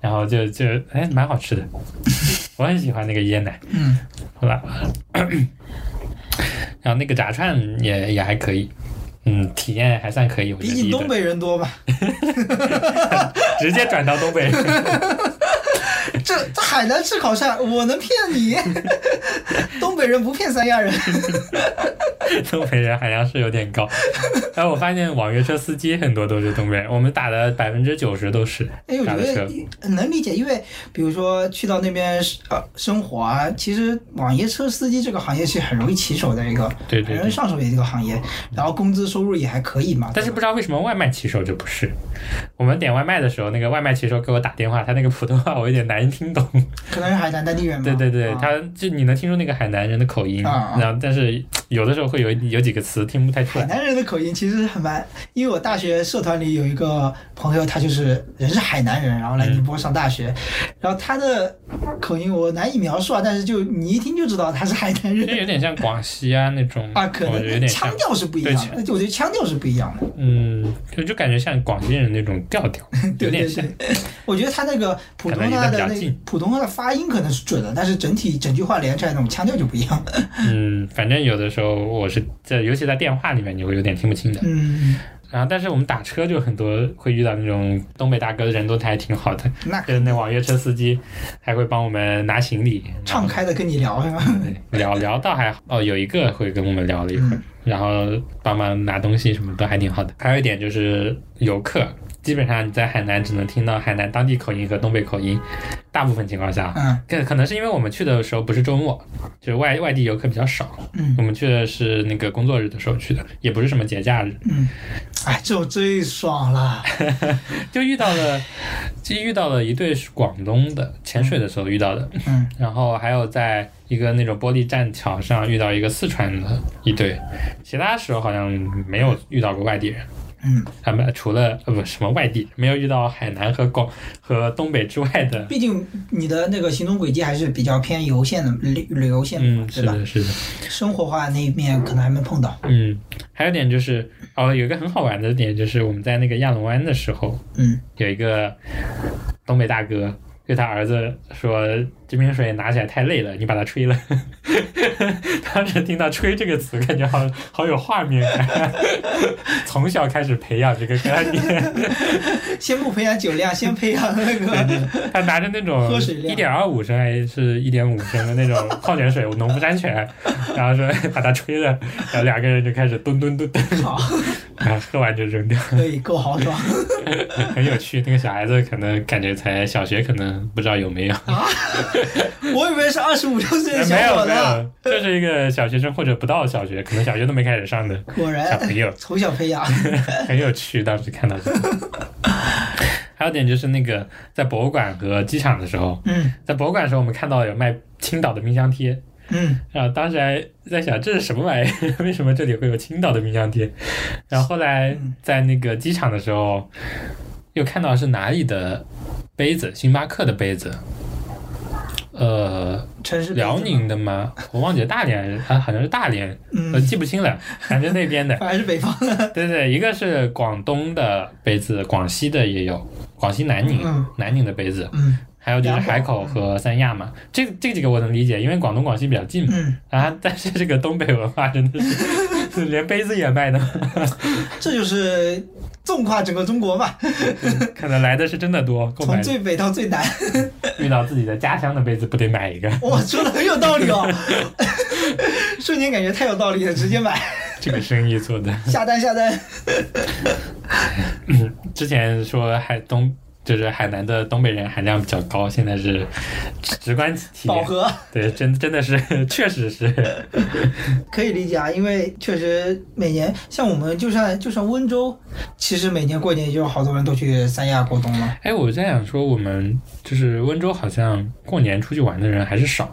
然后就就哎，蛮好 (laughs) 吃的，我很喜欢那个椰奶。嗯，后来， (coughs) 然后那个炸串也也还可以，嗯，体验还算可以，我觉毕得第竟一东顿北人多嘛。直接转到东 (laughs) 北，这这海南吃烤串，我能骗 (laughs) 你？东北人不骗三亚人。东北人含量是有点高。然后我发现网约车司机很多都是东北人，我们打的百分之九十都是哎，我打觉的车，得能理解，因为比如说去到那边呃生活啊，其实网约车司机这个行业是很容易起手的一个，对很对容易对。上手的一个行业，然后工资收入也还可以嘛。但是对不吧知道为什么外卖骑手就不是，我们点外卖的时候，那个外卖骑手给我打电话，他那个普通话我有点难听懂。可能是海南当地人 (laughs) 嘛。对对对，啊他就你能听出那个海南人的口音，啊啊然后但是有的时候会有有几个词听不太出海来。南人的口音其实很蛮，因为我大学社团里有一个朋友，他就是人是海南人，然后来嗯宁波上大学，然后他的口音我难以描述啊，但是就你一听就知道他是海南就人有点像广西啊那种啊，可我哦觉得有能点像腔，调是不一样的，我觉得腔调是不一样的。嗯，就就感觉像广西人那种调 (laughs) 调，有对点对像。对， (laughs) 我觉得他那个普通可能话离得比的较那近普通话的发音可能是准的，但是整体整句话连起来那种腔调就不一样。嗯，反正有的时候我是在，尤其在电话里面，你会有点听不清的。嗯，然后，但是我们打车就很多会遇到那种东北大哥，人都还挺好的，那就是那网约车司机还会帮我们拿行李，敞开的跟你聊是吧？对聊聊倒还好。哦，有一个会跟我们聊了一会儿，嗯然后帮忙拿东西什么都还挺好的。还有一点就是游客，基本上你在海南只能听到海南当地口音和东北口音，大部分情况下。嗯可可能是因为我们去的时候不是周末，就是外外地游客比较少，嗯我们去的是那个工作日的时候去的，也不是什么节假日，嗯，哎，这种最爽了。就遇到 (laughs) 了，就遇到了一对是广东的，潜水的时候遇到的，嗯，然后还有在一个那种玻璃栈桥上遇到一个四川的一对，其他时候好像没有遇到过外地人。嗯，他们除了呃不什么外地，没有遇到海南和广和东北之外的。毕竟你的那个行动轨迹还是比较偏游线的旅旅游线嘛，嗯，是对吧？的，是的，生活化那一面可能还没碰到。嗯，还有点就是哦，有一个很好玩的点就是我们在那个亚龙湾的时候，嗯，有一个东北大哥对他儿子说：“这瓶水拿起来太累了，你把它吹了。” (laughs) 当时听到“吹”这个词，感觉好好有画面感。 (laughs) 从小开始培养这个概念，先不培养酒量，先培养那 (laughs) 个他拿着那种喝水一量点二五升还是一点五升的那种矿泉水，农夫山泉，然后说把它吹了， (laughs) 然后两个人就开始蹲蹲蹲蹲，好，然后喝完就扔掉， (laughs) 可以够豪爽。很有趣。那个小孩子可能感觉才小学，可能不知道有没有。我以为是二十五六岁 (laughs) 的小没有伙哎没子，啊有，这是一个小学生或者不到小学，可能小学都没开始上的 (laughs) 果小然朋友，从小培养。很有趣。当时看到这个，还有点就是那个在博物馆和机场的时候，嗯在博物馆的时候我们看到有卖青岛的冰箱贴，嗯，然后当时还在想这是什么玩意儿，为什么这里会有青岛的冰箱贴？然后后来在那个机场的时候，又看到是哪里的杯子，星巴克的杯子，呃，城市辽宁的吗？我忘记了大连还是啊，好像是大连，嗯我记不清了，反正那边的。还是北方的。对对，一个是广东的杯子，广西的也有，广西南宁，嗯南宁的杯子，嗯还有就是两种海口和三亚嘛。这这几个我能理解，因为广东广西比较近嘛。嗯，啊，但是这个东北文化真的是 (laughs) 是连杯子也卖的，这就是纵跨整个中国嘛，可能来的是真的多，购买从最北到最南。遇到自己的家乡的杯子不得买一个，哇，说的很有道理哦， (laughs) 瞬间感觉太有道理了，直接买，这个生意做的。下单下单。之前说海东就是海南的东北人含量比较高，现在是直直观体饱验，和对，真真的是 (laughs) 确实是，可以理解啊，因为确实每年像我们就算就算温州，其实每年过年也就好多人都去三亚过冬了。哎，我在想说我们就是温州好像过年出去玩的人还是少，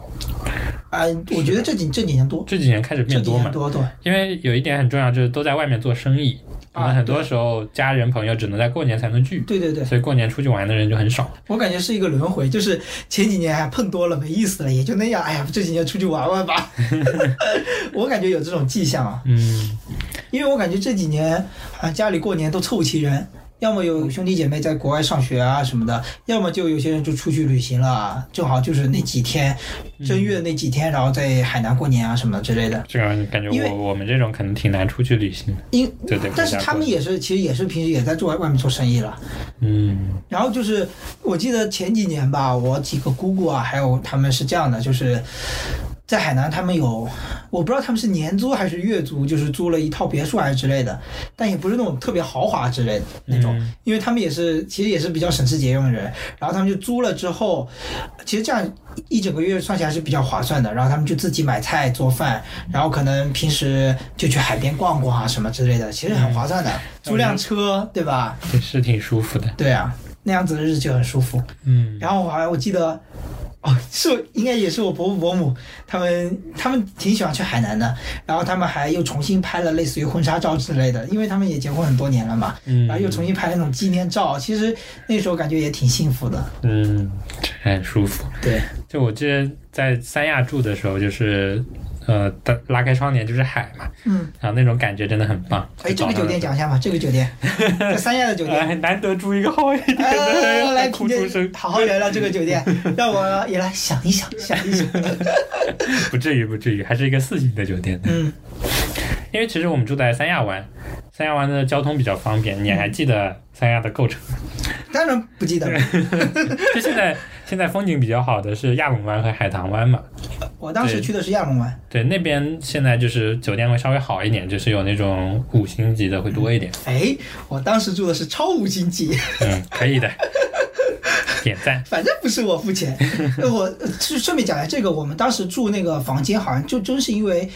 啊、我觉得这几这几年多，这几年开始这变几多年嘛，多对，因为有一点很重要就是都在外面做生意，我啊们很多时候家人朋友只能在过年才能聚，对对对，所以过年出去玩的人就很少。我感觉是一个轮回，就是前几年还碰多了没意思了，也就那样，哎呀，这几年出去玩玩 (laughs) 吧。 (laughs) 我感觉有这种迹象啊，嗯，因为我感觉这几年好像家里过年都凑齐人，要么嗯有兄弟姐妹在国外上学啊什么的，要么就有些人就出去旅行了啊，正好就是那几天，嗯正月那几天，然后在海南过年啊什么之类的。这个感觉因为我我们这种可能挺难出去旅行的，因对对，但是他们也是，其实也是平时也在做外面做生意了。嗯然后就是，我记得前几年吧，我几个姑姑啊，还有他们是这样的，就是在海南，他们有我不知道他们是年租还是月租，就是租了一套别墅还是啊之类的，但也不是那种特别豪华之类的那种，嗯因为他们也是其实也是比较省吃俭用的人，然后他们就租了之后，其实这样一整个月算起来是比较划算的，然后他们就自己买菜做饭，然后可能平时就去海边逛逛啊什么之类的，其实很划算的，租辆车对吧？也是挺舒服的，对啊，那样子的日子就很舒服。嗯然后我还我记得，哦，是应该也是我伯父伯母他们，他们挺喜欢去海南的。然后他们还又重新拍了类似于婚纱照之类的，因为他们也结婚很多年了嘛。嗯然后又重新拍那种纪念照，其实那时候感觉也挺幸福的。嗯，很舒服。对，就我记得在三亚住的时候，就是呃，拉拉开窗帘就是海嘛，嗯，然后那种感觉真的很棒。哎，这个酒店讲一下吧，这个酒店，在三亚的酒店。哎，难得住一个好一点哎来来来的，来，哭评出声鉴，，好好聊聊这个酒店，让我也来想一想，想一想。不至于不至于，还是一个四星的酒店。嗯， (laughs) 因为其实我们住在三亚湾，三亚湾的交通比较方便。你还记得三亚的构成？当然不记得了，就现在现在风景比较好的是亚龙湾和海棠湾嘛。我当时对去的是亚龙湾，对，那边现在就是酒店会稍微好一点，就是有那种五星级的会多一点。哎，我当时住的是超五星级。嗯，可以的，点赞。 (laughs) 反正不是我付钱。我呃顺顺便讲一下，这个我们当时住那个房间，好像就真是因为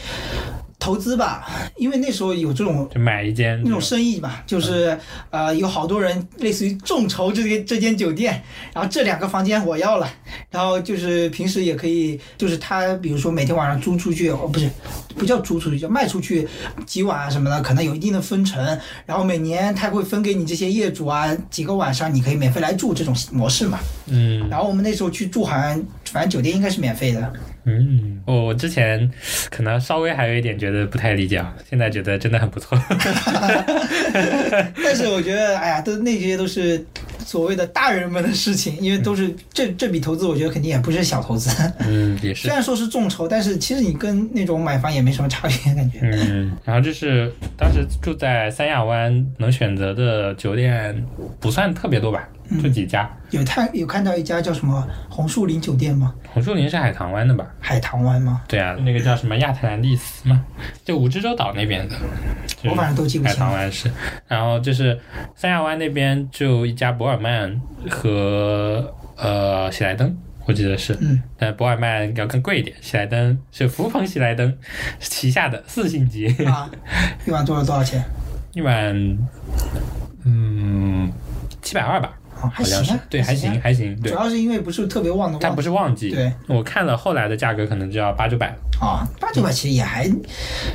投资吧，因为那时候有这种就买一间那种生意嘛，就是呃有好多人类似于众筹这间这间酒店，然后这两个房间我要了，然后就是平时也可以，就是他比如说每天晚上租出去，哦不是不叫租出去，叫卖出去几晚啊什么的，可能有一定的分成，然后每年他会分给你这些业主啊几个晚上你可以免费来住这种模式嘛。嗯然后我们那时候去住好像反正酒店应该是免费的，嗯，我我之前可能稍微还有一点觉得不太理解，啊，现在觉得真的很不 (laughs) 错。但是我觉得，哎呀，都那些都是所谓的大人们的事情，因为都是这这笔投资，我觉得肯定也不是小投资。嗯，也嗯是 (laughs) 虽。然说是众筹，但是其实你跟那种买房也没什么差别，感觉。嗯，然后就是当时住在三亚湾，能选择的酒店不算特别多吧，嗯就几家。有看有看到一家叫什么红树林酒店吗？红树林是海棠湾的吧？海棠湾吗？对啊，那个叫什么亚特兰蒂斯嘛，就蜈支洲岛那边的。就是我反正都记不海清棠了。湾是，然后就是三亚湾那边就一家博尔曼和呃喜来登，我记得是，嗯，但博尔曼要更贵一点，喜来登是福朋喜来登旗下的四星级， (laughs) 啊， (laughs) 一晚多少多少钱？一晚嗯七百二吧，啊，好还像行是啊，，对，还行啊。还行，对主，要是因为不是特别旺的它旺不是旺季，对，我看了后来的价格可能就要八九百了，啊，八九百其实也还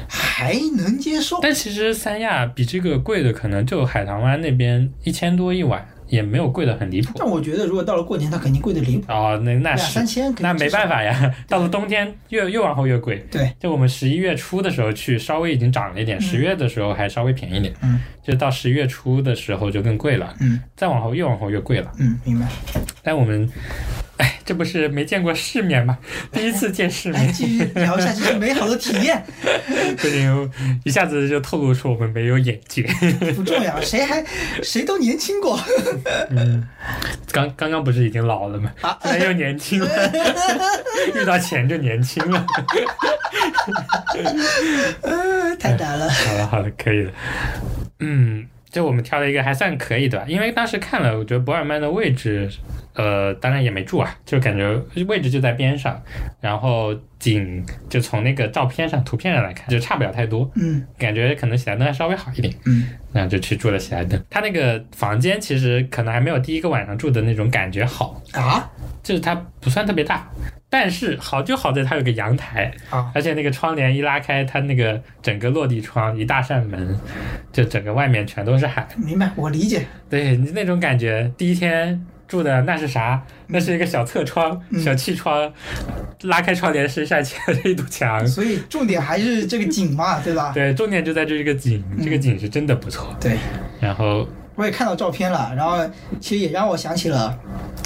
还能接受。但其实三亚比这个贵的可能就海棠湾那边一千多一晚，也没有贵的很离谱。但我觉得如果到了过年，它肯定贵的离谱，哦，那那两是三千肯定那至没少办。法呀，到了冬天越越往后越贵。对，就我们十一月初的时候去，稍微已经涨了一点，十月的时候还稍微便宜一点，嗯就到十一月初的时候就更贵了，嗯再往后越往后越贵了。嗯，明白。但我们，哎，这不是没见过世面吗？第一次见世 (laughs) 来面，继续聊下去是美好的体 (laughs) 验，不行，一下子就透露出我们没有眼界。 (laughs) 不重要，谁还谁都年轻过。嗯，刚刚刚不是已经老了吗？啊现在又年轻了， (laughs) 遇到钱就年轻了。呃， (laughs) 太难了。好了好了，可以了。嗯，就我们挑了一个还算可以的吧，因为当时看了，我觉得博尔曼的位置，呃，当然也没住啊，就感觉位置就在边上，然后景就从那个照片上、图片上来看，就差不了太多，嗯感觉可能喜来登还稍微好一点，嗯那就去住了喜来登。他那个房间其实可能还没有第一个晚上住的那种感觉好，啊就是它不算特别大，但是好就好在它有个阳台，啊而且那个窗帘一拉开，它那个整个落地窗一大扇门，就整个外面全都是海。明白，我理解。对，你那种感觉，第一天住的那是啥？那是一个小侧窗、嗯小气窗，拉开窗帘是晒起来的一堵墙。所以重点还是这个景嘛，对吧？对，重点就在这个景，嗯这个景是真的不错。对，然后，我也看到照片了，然后其实也让我想起了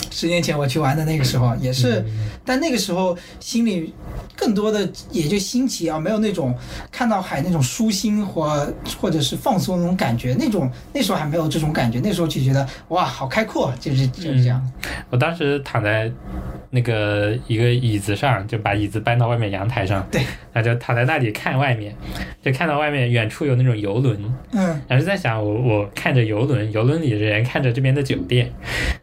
十年前我去玩的那个时候，也是，但那个时候心里更多的也就新奇啊，没有那种看到海那种舒心或或者是放松那种感觉，那种那时候还没有这种感觉，那时候就觉得哇，好开阔，就是就是这样。我当时躺在那个一个椅子上，就把椅子搬到外面阳台上，对，然后就躺在那里看外面，就看到外面远处有那种游轮，嗯然后就在想，我我看着游轮，游轮里的人看着这边的酒店，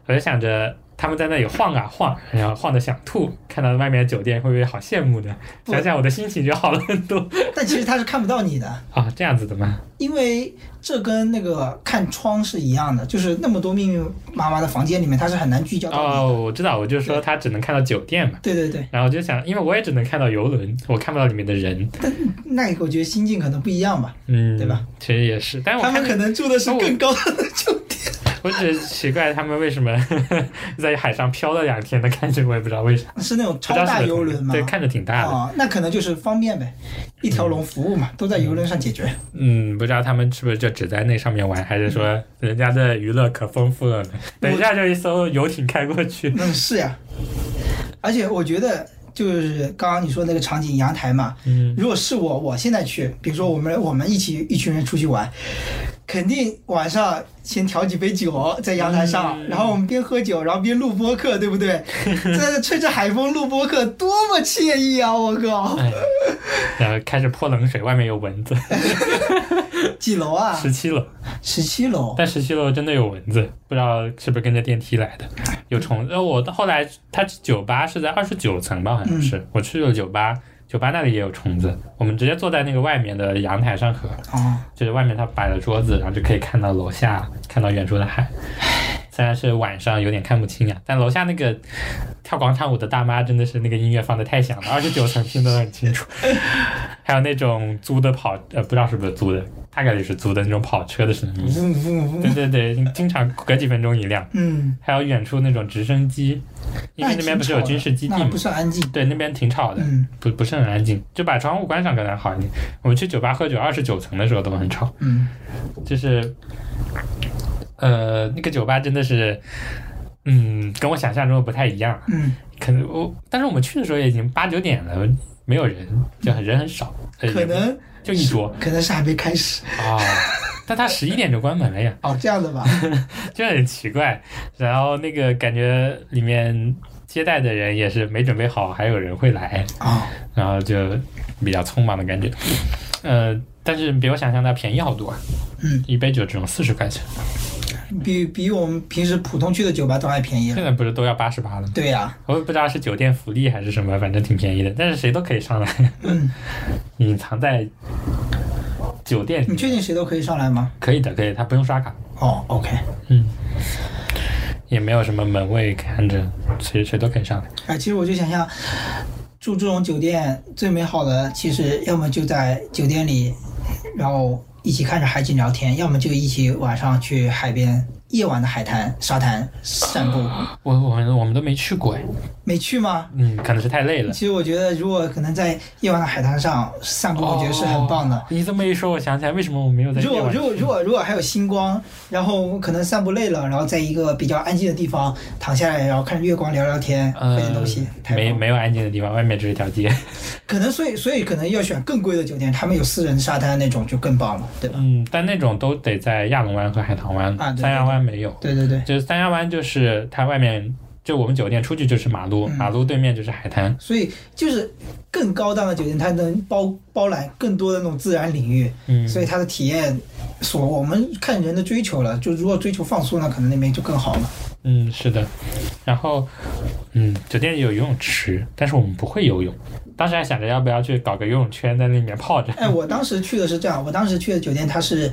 我就想着他们在那里晃啊晃，然后晃的想吐，看到外面的酒店会不会好羡慕呢？不想想我的心情就好了很多但其实他是看不到你的，啊，这样子的吗？因为这跟那个看窗是一样的，就是那么多密密麻麻的房间里面，他是很难聚焦到你。哦，我知道，我就说他只能看到酒店嘛。对对对，然后我就想，因为我也只能看到游轮，我看不到里面的人，那个我觉得心境可能不一样吧，嗯，对吧？其实也是，但我他看们可能住的是更高的酒店。我只是奇怪他们为什么 (laughs) 在海上漂了两天的感觉，我也不知道为啥。是那种哦不超知道是大不是游轮嘛？对，看着嗯挺大的。哦，那可能就是方便呗，一条龙服务嘛，都在游轮上解决。嗯，不知道他们是不是就只在那上面玩，还是说人家的娱乐可丰富了呢？等一下就一艘游艇开过去，嗯，是呀。而且我觉得，就是刚刚你说那个场景，阳台嘛，嗯，如果是我，我现在去，比如说我们我们一起一群人出去玩，肯定晚上先调几杯酒在阳台上，嗯然后我们边喝酒，然后边录播客，对 (laughs) 不对？在那吹着海风录播客，多么惬意啊！我靠，哎，然后开始泼冷水，外面有蚊子，几楼啊？十七楼，十七楼。但十七楼真的有蚊子，不知道是不是跟着电梯来的，有虫。呃，我后来他酒吧是在二十九层吧，好像是，我去了酒吧，酒吧那里也有虫子，我们直接坐在那个外面的阳台上喝，哦，就是外面它摆了桌子，然后就可以看到楼下，看到远处的海。虽然是晚上有点看不清呀、但楼下那个跳广场舞的大妈真的是那个音乐放的太响了，二十九层听得很清楚。 (laughs) 还有那种租的跑，呃，不知道是不是租的，大概率是租的那种跑车的声音。嗡嗡对嗡对对，经常隔几分钟一辆。嗯，还有远处那种直升机，因为那边不是有军事基地那吗不？是安静。对，那边挺吵的，嗯不不是很安静，就把窗户关上可能好一点。我们去酒吧喝酒，二十九层的时候都很吵，嗯，就是，呃，那个酒吧真的是，嗯，跟我想象中的不太一样。嗯，可能我，但是我们去的时候也已经八九点了，没有人，就很人很少，呃可也不能就一桌可能是还没开始啊。但他十一点就关门了呀，哦，这样的吧？就很奇怪。然后那个感觉里面接待的人也是没准备好，还有人会来，哦，然后就比较匆忙的感觉。呃，但是比我想象的便宜好多、啊，嗯，一杯酒只用四十块钱，比比我们平时普通去的酒吧都还便宜了。现在不是都要八十八了吗？对啊呀、我也不知道是酒店福利还是什么，反正挺便宜的，但是谁都可以上 (laughs) 来。嗯，你藏在酒店里面，你确定谁都可以上来吗？可以的，可以，他不用刷卡，哦，OK，嗯，也没有什么门卫看着，谁谁都可以上来。哎，其实我就想象，住这种酒店最美好的，其实要么就在酒店里，然后一起看着海景聊天，要么就一起晚上去海边，夜晚的海滩、沙滩散步。我我们我们都没去过哎，没去吗？嗯，可能是太累了。其实我觉得，如果可能在夜晚的海滩上散步，我觉得是很棒的。哦你这么一说，我想起来为什么我没有在如夜果晚如果如果如果还有星光，然后可能散步累了，然后在一个比较安静的地方躺下来，然后看着月光聊聊天，喝点东西，太呃、没棒了没有安静的地方，外面只是一条 (laughs) 街。可能所以所以可能要选更贵的酒店，他们有私人沙滩那种就更棒了，对吧？嗯，但那种都得在亚龙湾和海棠湾，啊对三亚湾没有。对对对，就是三亚湾，就是它外面，就我们酒店出去就是马路，嗯马路对面就是海滩。所以就是更高档的酒店，它能包包揽更多的那种自然领域，嗯，所以它的体验所我们看人的追求了，就如果追求放松呢，可能那边就更好了。嗯是的。然后，嗯，酒店也有游泳池，但是我们不会游泳。当时还想着要不要去搞个游泳圈在那里面泡着。哎，我当时去的是这样，我当时去的酒店它是，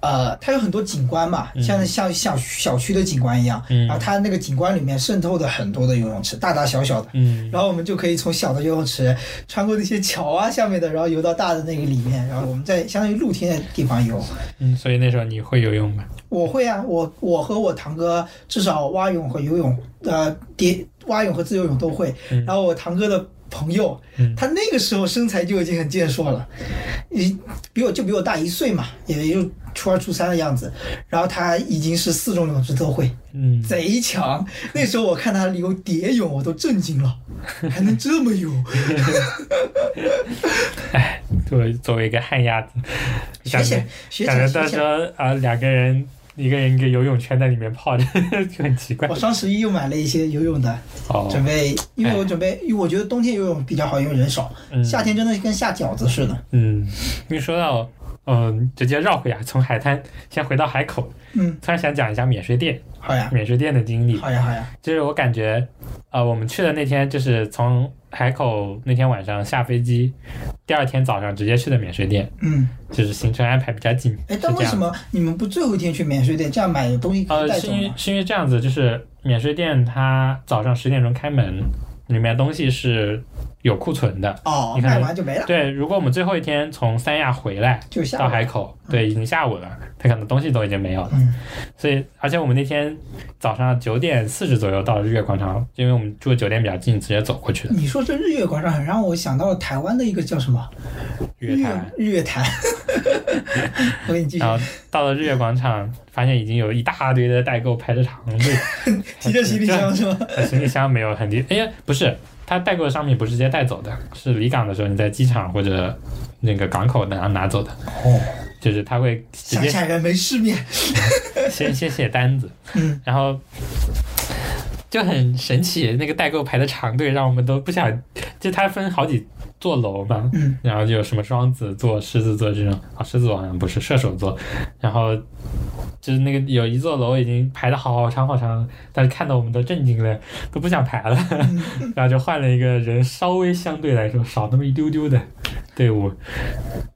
呃，它有很多景观嘛，嗯像像小小区的景观一样，嗯然后它那个景观里面渗透的很多的游泳池，大大小小的。嗯，然后我们就可以从小的游泳池穿过那些桥啊下面的，然后游到大的那个里面，然后我们在相当于露天的地方游。嗯，所以那时候你会游泳吗？我会啊，我我和我堂哥至少蛙泳和游泳，呃，蝶蛙泳和自由泳都会。嗯然后我堂哥的朋友，嗯他那个时候身材就已经很健硕了，你比我就比我大一岁嘛，也就初二初三的样子。然后他已经是四种泳姿都会，嗯，贼强。那时候我看他游蝶泳，我都震惊了，还能这 (laughs) 么游。作为作为一个旱鸭子，嗯学感觉姐，学感姐，觉到学时姐，候啊，两个人一个人一个游泳圈在里面泡着， (laughs) 就很奇怪我。双十一又买了一些游泳的，准哦，备，因为我准备，因为我觉得冬天游泳比较好，因为人少，嗯夏天真的跟下饺子似的。嗯，你说到，嗯，直接绕回啊，从海滩先回到海口，嗯，突然想讲一下免税店，好呀，免税店的经历，好呀，好呀。就是我感觉，呃，我们去的那天就是从海口那天晚上下飞机，第二天早上直接去的免税店，嗯，就是行程安排比较紧，哎是，但这为什样。么你们不最后一天去免税店，这样买的东西可以呃，带是走因为吗？是因为这样子，就是免税店它早上十点钟开门，里面东西是有库存的，哦，你看卖完就没了，对，如果我们最后一天从三亚回来就下到午海。口，对，已经下午了，他可能东西都已经没有了。嗯所以，而且我们那天早上九点四十左右到日月广场，因为我们住的酒店比较近，直接走过去的。你说这日月广场很让我想到了台湾的一个叫什么日月潭，啊日月潭。 (laughs) 我给你继续然，后到了日月广场，发现已经有一大堆的代购排着长队， (laughs) 提着行李箱是吗？呃行李箱没有很低。哎呀，不是，他代购的商品不是直接带走的，是离港的时候你在机场或者那个港口拿拿走的，哦，就是他会直乡接下人没世面。先先写单子。嗯，然后就很神奇，那个代购排的长队让我们都不想，就它分好几座楼嘛，嗯，然后就有什么双子座、狮子座这种，啊，狮子座好像不是射手座，然后就是那个有一座楼已经排的好长好长，但是看到我们都震惊了，都不想排了， (laughs) 然后就换了一个人稍微相对来说少那么一丢丢的队伍，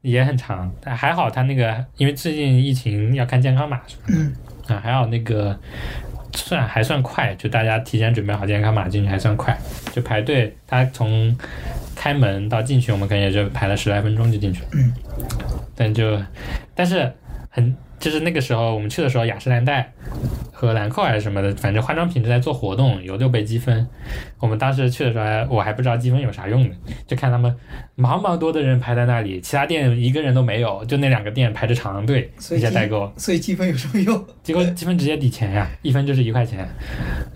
也很长，但还好他那个因为最近疫情要看健康码什么嗯的啊，还好那个算还算快，就大家提前准备好健康码进去还算快，就排队，他从开门到进去，我们可能也就排了十来分钟就进去了。嗯，但就但是很就是那个时候我们去的时候，雅诗兰黛和兰蔻还是什么的，反正化妆品正在做活动，有六倍积分。我们当时去的时候还我还不知道积分有啥用呢，就看他们茫茫多的人排在那里，其他店一个人都没有，就那两个店排着长队，所一以些积代购。所以积分有什么用？结果积分直接抵钱呀，一分就是一块钱。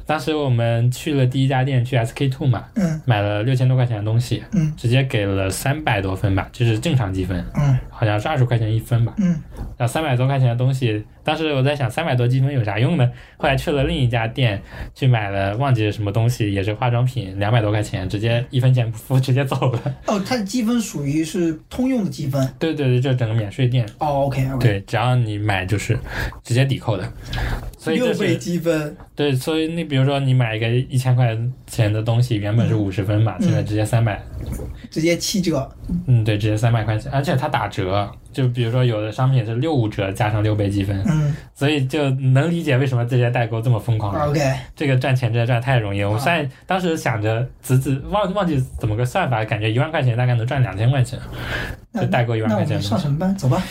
当时我们去了第一家店，去 SK two 嘛，嗯买了六千多块钱的东西，嗯直接给了三百多分吧，就是正常积分，嗯好像是二十块钱一分吧。嗯然后三百多块钱的东西，当时我在想三百多积分有啥用呢？后来去了另一家店去买了，忘记是什么东西，也是化妆品，两百多块钱，直接一分钱不付，直 (laughs) 接走了。哦，它的积分属于是通用的积分。对对对，这整个免税店，哦，OK OK，对，只要你买就是直接抵扣的，所以这六倍是积分，对，所以你比如说你买一个一千块钱的东西，原本是五十分嘛，嗯现在直接三百，直接七折。嗯，对，直接三百块钱，而且它打折，就比如说有的商品是六五折加上六倍积分，嗯所以就能理解为什么这些代购这么疯狂了。 ，OK，这个赚钱真的赚太容易了。我啊算、当时想着只只忘忘记怎么个算法，感觉一万块钱大概能赚两千块 (laughs) 钱，那就代购一万那块我钱们的上什么 (laughs) 班？走吧，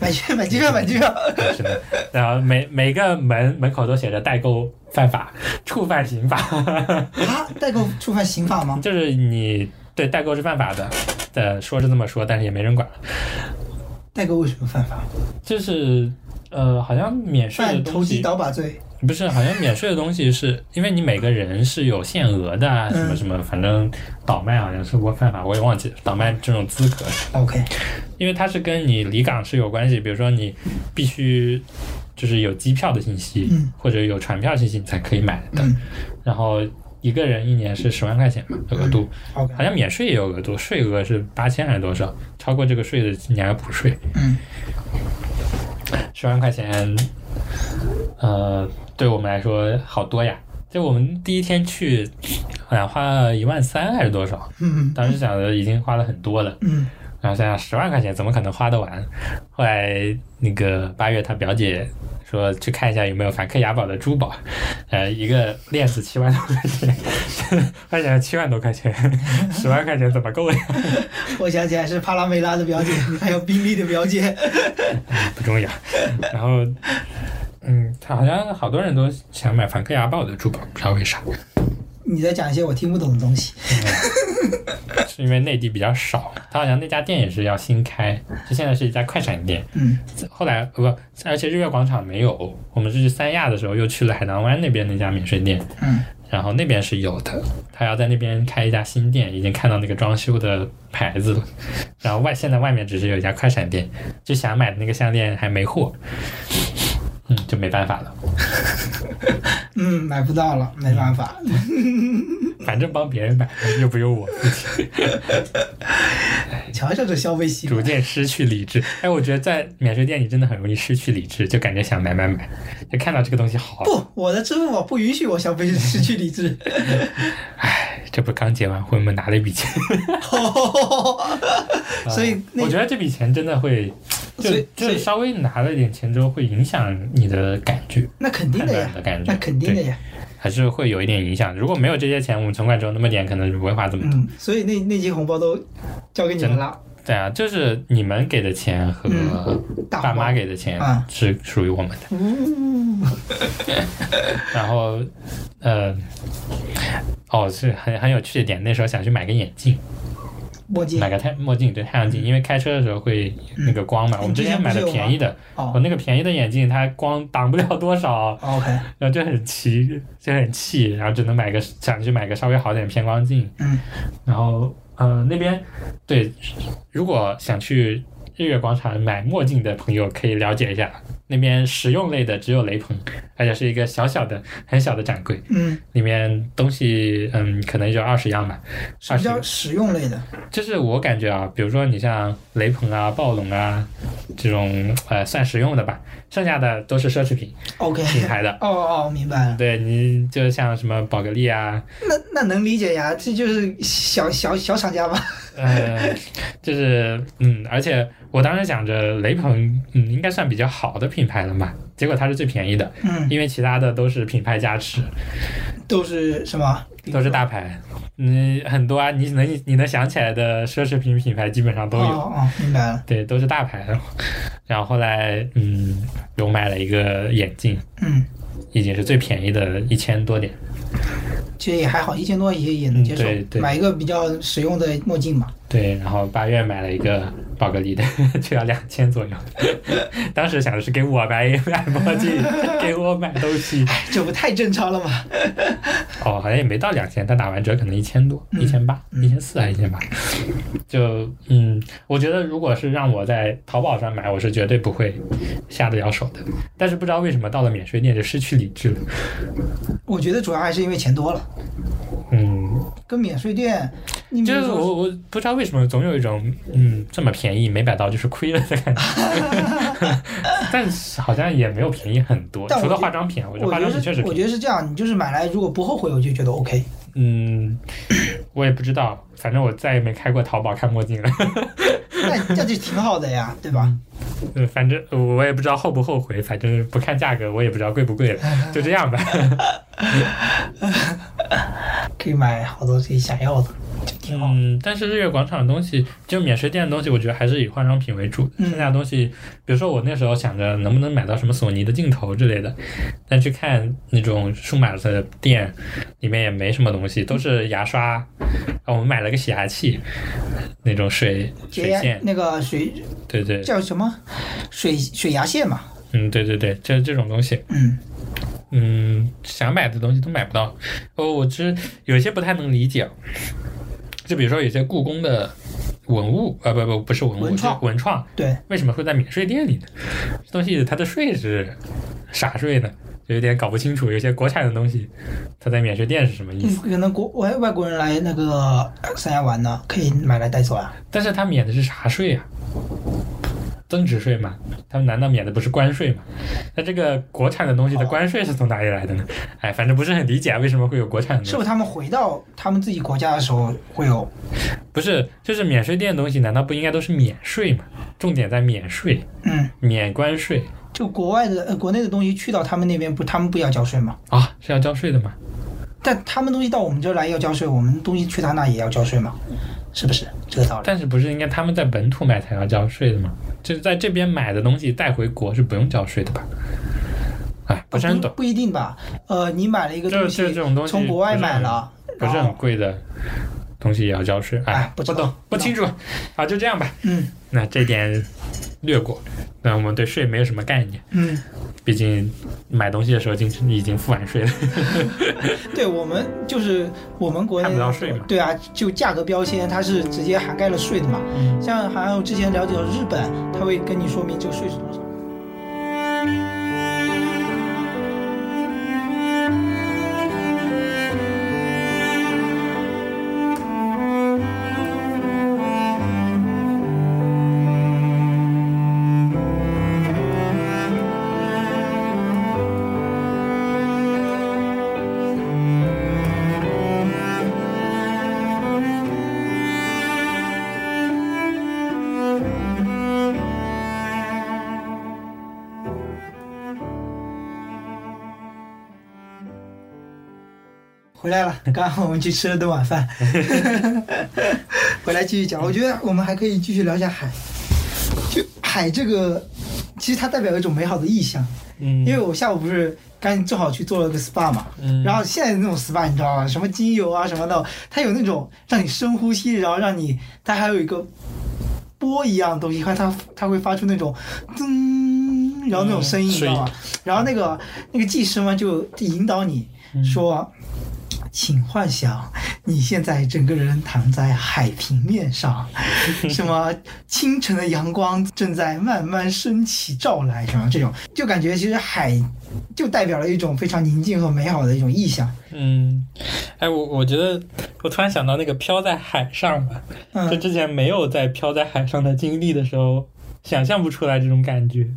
买机买机票，买机票。东西。是的，然后每每个门门口都写着代购犯法，触犯刑法，啊，代购触犯刑法吗？就是你对代购是犯法的。呃，说是这么说，但是也没人管。代购为什么犯法？就是呃，好像免税的犯投东机西倒把罪。不是，好像免税的东西是因为你每个人是有限额的啊，什么嗯什么，反正倒卖啊好像是我犯法，我也忘记了倒卖这种资格。 OK，因为它是跟你离港是有关系，比如说你必须就是有机票的信息，嗯或者有船票信息你才可以买的。嗯然后一个人一年是十万块钱嘛，额度、 ，OK，好像免税也有额度，税额是八千还是多少？超过这个税的你还要补税，嗯十万块钱，呃，对我们来说好多呀。就我们第一天去，好像花了一万三还是多少？嗯当时想着已经花了很多了。 (laughs) 嗯然后想想十万块钱怎么可能花得完？后来那个八月他表姐说去看一下有没有梵克雅宝的珠宝，呃，一个链子七万多块钱， (laughs) 发现七万多块钱，十万块钱怎么够呀？我想起来是帕拉梅拉的表姐，还有宾利的表姐。不重要。然后，嗯，他好像好多人都想买梵克雅宝的珠宝，不知道为啥，你在讲一些我听不懂的东西。是因为内地比较少。他好像那家店也是要新开，就现在是一家快闪店。嗯后来呃不，而且日月广场没有，我们是去三亚的时候又去了海棠湾那边那家免税店，嗯然后那边是有的，他要在那边开一家新店，已经看到那个装修的牌子了，然后外现在外面只是有一家快闪店，就想买的那个项链还没货，嗯，就没办法了，嗯，买不到了，没办法。反正帮别人买又不用我付钱，瞧瞧这消费习逐惯。渐失去理智。哎，我觉得在免税店里真的很容易失去理智，就感觉想买买买，就看到这个东西好，不，哦我的支付宝不允许我消费失去 (laughs) 理智。哎，这不刚结完婚吗？拿了一笔钱。 (laughs) 嗯所以那我觉得这笔钱真的会，就所以就所是以稍微拿了一点钱之后，会影响你的感觉、那肯定判的断呀的，感觉，那肯定的对，呀。还是会有一点影响。如果没有这些钱，我们存款只有那么点，可能不会花这么多。嗯，所以那那些红包都交给你们了，对啊，就是你们给的钱和大爸红妈包。给的钱嗯是属于我们的。嗯， (laughs) 然后，呃，哦，是很很有趣的点。那时候想去买个眼镜，墨镜买个太墨镜，对太阳镜，因为开车的时候会那个光嘛。嗯我们之前买的便宜的，我哦那个便宜的眼镜，它光挡不了多少， ，OK，然后就很气，就很气，然后只能买个想去买个稍微好点的偏光镜，嗯然后呃那边对，如果想去日月广场买墨镜的朋友可以了解一下，那边实用类的只有雷朋，而且是一个小小的、很小的展柜，嗯，里面东西嗯可能也就二十样吧，什二么十叫实用类的？就是我感觉啊，比如说你像雷朋啊、暴龙啊这种呃算实用的吧，剩下的都是奢侈品 OK，品牌的。哦哦，明白了。对你就像什么宝格丽啊，那那能理解呀，这就是小小小厂家吧？呃， (laughs) 就是嗯，而且我当时想着雷朋嗯应该算比较好的品牌了嘛，结果它是最便宜的，嗯，因为其他的都是品牌加持，都是什么？都是大牌，嗯很多啊，你能你能想起来的奢侈品品牌基本上都有。哦哦，明白了。对，都是大牌的。然后后来，嗯，我买了一个眼镜，嗯，已经是最便宜的，一千多点。其实也还好，一千多也也能接受嗯对，对买一个比较实用的墨镜嘛。 (laughs) 对，然后八月买了一个宝格丽的， (laughs) 就要两千左右。 (laughs) 当时想的是给我买买墨镜，给我买东西。哎，这不太正常了吗？哦，好像也没到两千，但打完折可能一千多、嗯一千八、嗯一千四还一千八。就嗯，我觉得如果是让我在淘宝上买，我是绝对不会下得了手的。但是不知道为什么到了免税店就失去理智了。我觉得主要还是因为钱多了，嗯，跟免税店，你比就如是说我我不知道为什么总有一种嗯这么便宜没买到就是亏了的感觉，但是好像也没有便宜很多，但我除了觉化妆品，啊，我觉得我化觉妆得品确实是，我便宜。觉得是这样，你就是买来如果不后悔，我就觉得 OK。嗯，我也不知道，反正我再也没开过淘宝看墨镜了， (laughs) 那那就挺好的呀，对吧？嗯反正我也不知道后不后悔，反正不看价格，我也不知道贵不贵了，就这样吧。可以买好多自己想要的，就挺好。嗯，但是日月广场的东西，就免税店的东西，我觉得还是以化妆品为主，嗯剩下的东西，比如说我那时候想着能不能买到什么索尼的镜头之类的，但去看那种数码的店，里面也没什么东西，都是牙刷，啊，我们买了个洗牙器，那种水洁水牙线，那个水对对，叫什么？水水牙线嘛。嗯对对对，这这种东西，嗯，嗯，想买的东西都买不到。哦，我其实有些不太能理解，啊就比如说有些故宫的文物，呃，不不不是文物，文创是文创对，为什么会在免税店里呢？这东西它的税是啥税呢？就有点搞不清楚。有些国产的东西，它在免税店是什么意嗯思？可能国外外国人来那个三亚玩呢，可以买来带走啊。但是它免的是啥税啊？增值税嘛，他们难道免的不是关税吗？那这个国产的东西的关税是从哪里来的呢？哎，反正不是很理解啊为什么会有国产的东西。是不是他们回到他们自己国家的时候会有？不是，就是免税店的东西，难道不应该都是免税吗？重点在免税、嗯，免关税就国外的、呃、国内的东西去到他们那边不，他们不要交税吗？啊，是要交税的吗？但他们东西到我们这儿来要交税，我们东西去他那也要交税嘛？是不是这个道理？但是不是应该他们在本土买才要交税的吗？就是在这边买的东西带回国是不用交税的吧？哎，不是很懂，不一定吧？呃，你买了一个就东是西，这种东西从国外买了，不是然后很贵的东西也要交税。哎不不知道懂，不清楚啊，就这样吧。嗯那这点略过，那我们对税没有什么概念，嗯，毕竟买东西的时候已经已经付完税了。对我们就是我们国内看不到税嘛对啊，就价格标签它是直接涵盖了税的嘛。嗯像还有之前了解到日本，它会跟你说明这个税是多少。回来 (laughs) 了，刚好我们去吃了顿晚饭， (laughs) 回来继续讲。我觉得我们还可以继续聊一下海，就海这个，其实它代表一种美好的意象。嗯，因为我下午不是刚正好去做了个 SPA 嘛，嗯然后现在那种 SPA 你知道吗？什么精油啊什么的，它有那种让你深呼吸，然后让你它还有一个波一样的东西，它它它会发出那种噔，然后那种声嗯音，你知道吗？然后那嗯嗯个那个技师嘛就引导你说，请幻想你现在整个人躺在海平面上，什么清晨的阳光正在慢慢升起照来，什么这种，就感觉其实海就代表了一种非常宁静和美好的一种意象。嗯，哎，我我觉得我突然想到那个飘在海上吧，就嗯之前没有在飘在海上的经历的时候，想象不出来这种感觉。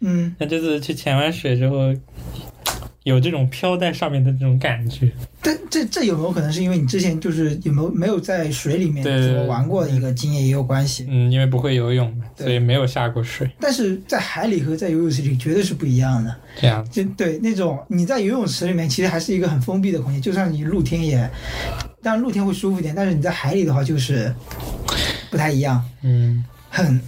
嗯，那这次去潜完水之后，有这种飘在上面的这种感觉。但这这有没有可能是因为你之前就是有没有没有在水里面对怎么玩过的一个经验也有关系？嗯，因为不会游泳嘛，对所以没有下过水。但是在海里和在游泳池里绝对是不一样的。这样，就对那种你在游泳池里面，其实还是一个很封闭的空间，就算你露天也，当然露天会舒服一点，但是你在海里的话就是不太一样，嗯，很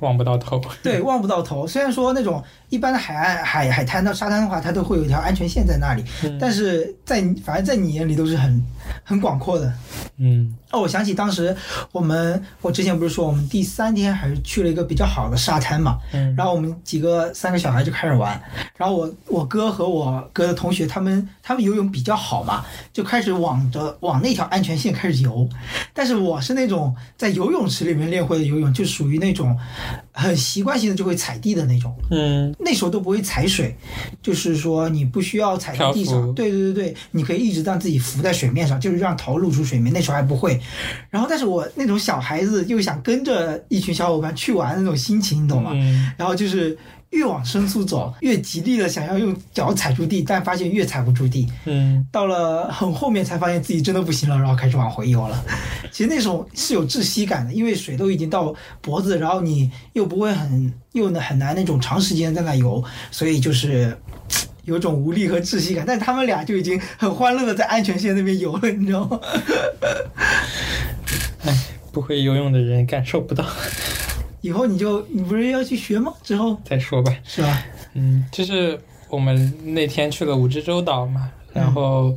望不到头。对望不到头。虽然说那种一般的海岸海海滩到沙滩的话，它都会有一条安全线在那里，嗯但是在你反正在你眼里都是很很广阔的。嗯哦，我想起当时我们，我之前不是说我们第三天还是去了一个比较好的沙滩嘛，嗯然后我们几个三个小孩就开始玩，然后我我哥和我哥的同学他们他们游泳比较好嘛，就开始往着往那条安全线开始游，但是我是那种在游泳池里面练会的游泳，就属于那种很习惯性的就会踩地的那种，嗯那时候都不会踩水，就是说你不需要踩在地漂上，浮对对对对，你可以一直让自己浮在水面上，就是让头露出水面。那时候还不会，然后但是我那种小孩子又想跟着一群小伙伴去玩的那种心情，你懂吗？嗯然后就是越往深处走，越极力的想要用脚踩住地，但发现越踩不住地。嗯到了很后面才发现自己真的不行了，然后开始往回游了。 (laughs) 其实那时候是有窒息感的，因为水都已经到脖子，然后你又不会很又很难那种长时间在那游，所以就是嘖有种无力和窒息感。但他们俩就已经很欢乐的在安全线那边游了，你知道吗？不会游泳的人感受不到。 (laughs) 以后你就你不是要去学吗？之后再说吧。是吧？嗯，就是我们那天去了五只洲岛嘛，嗯然后，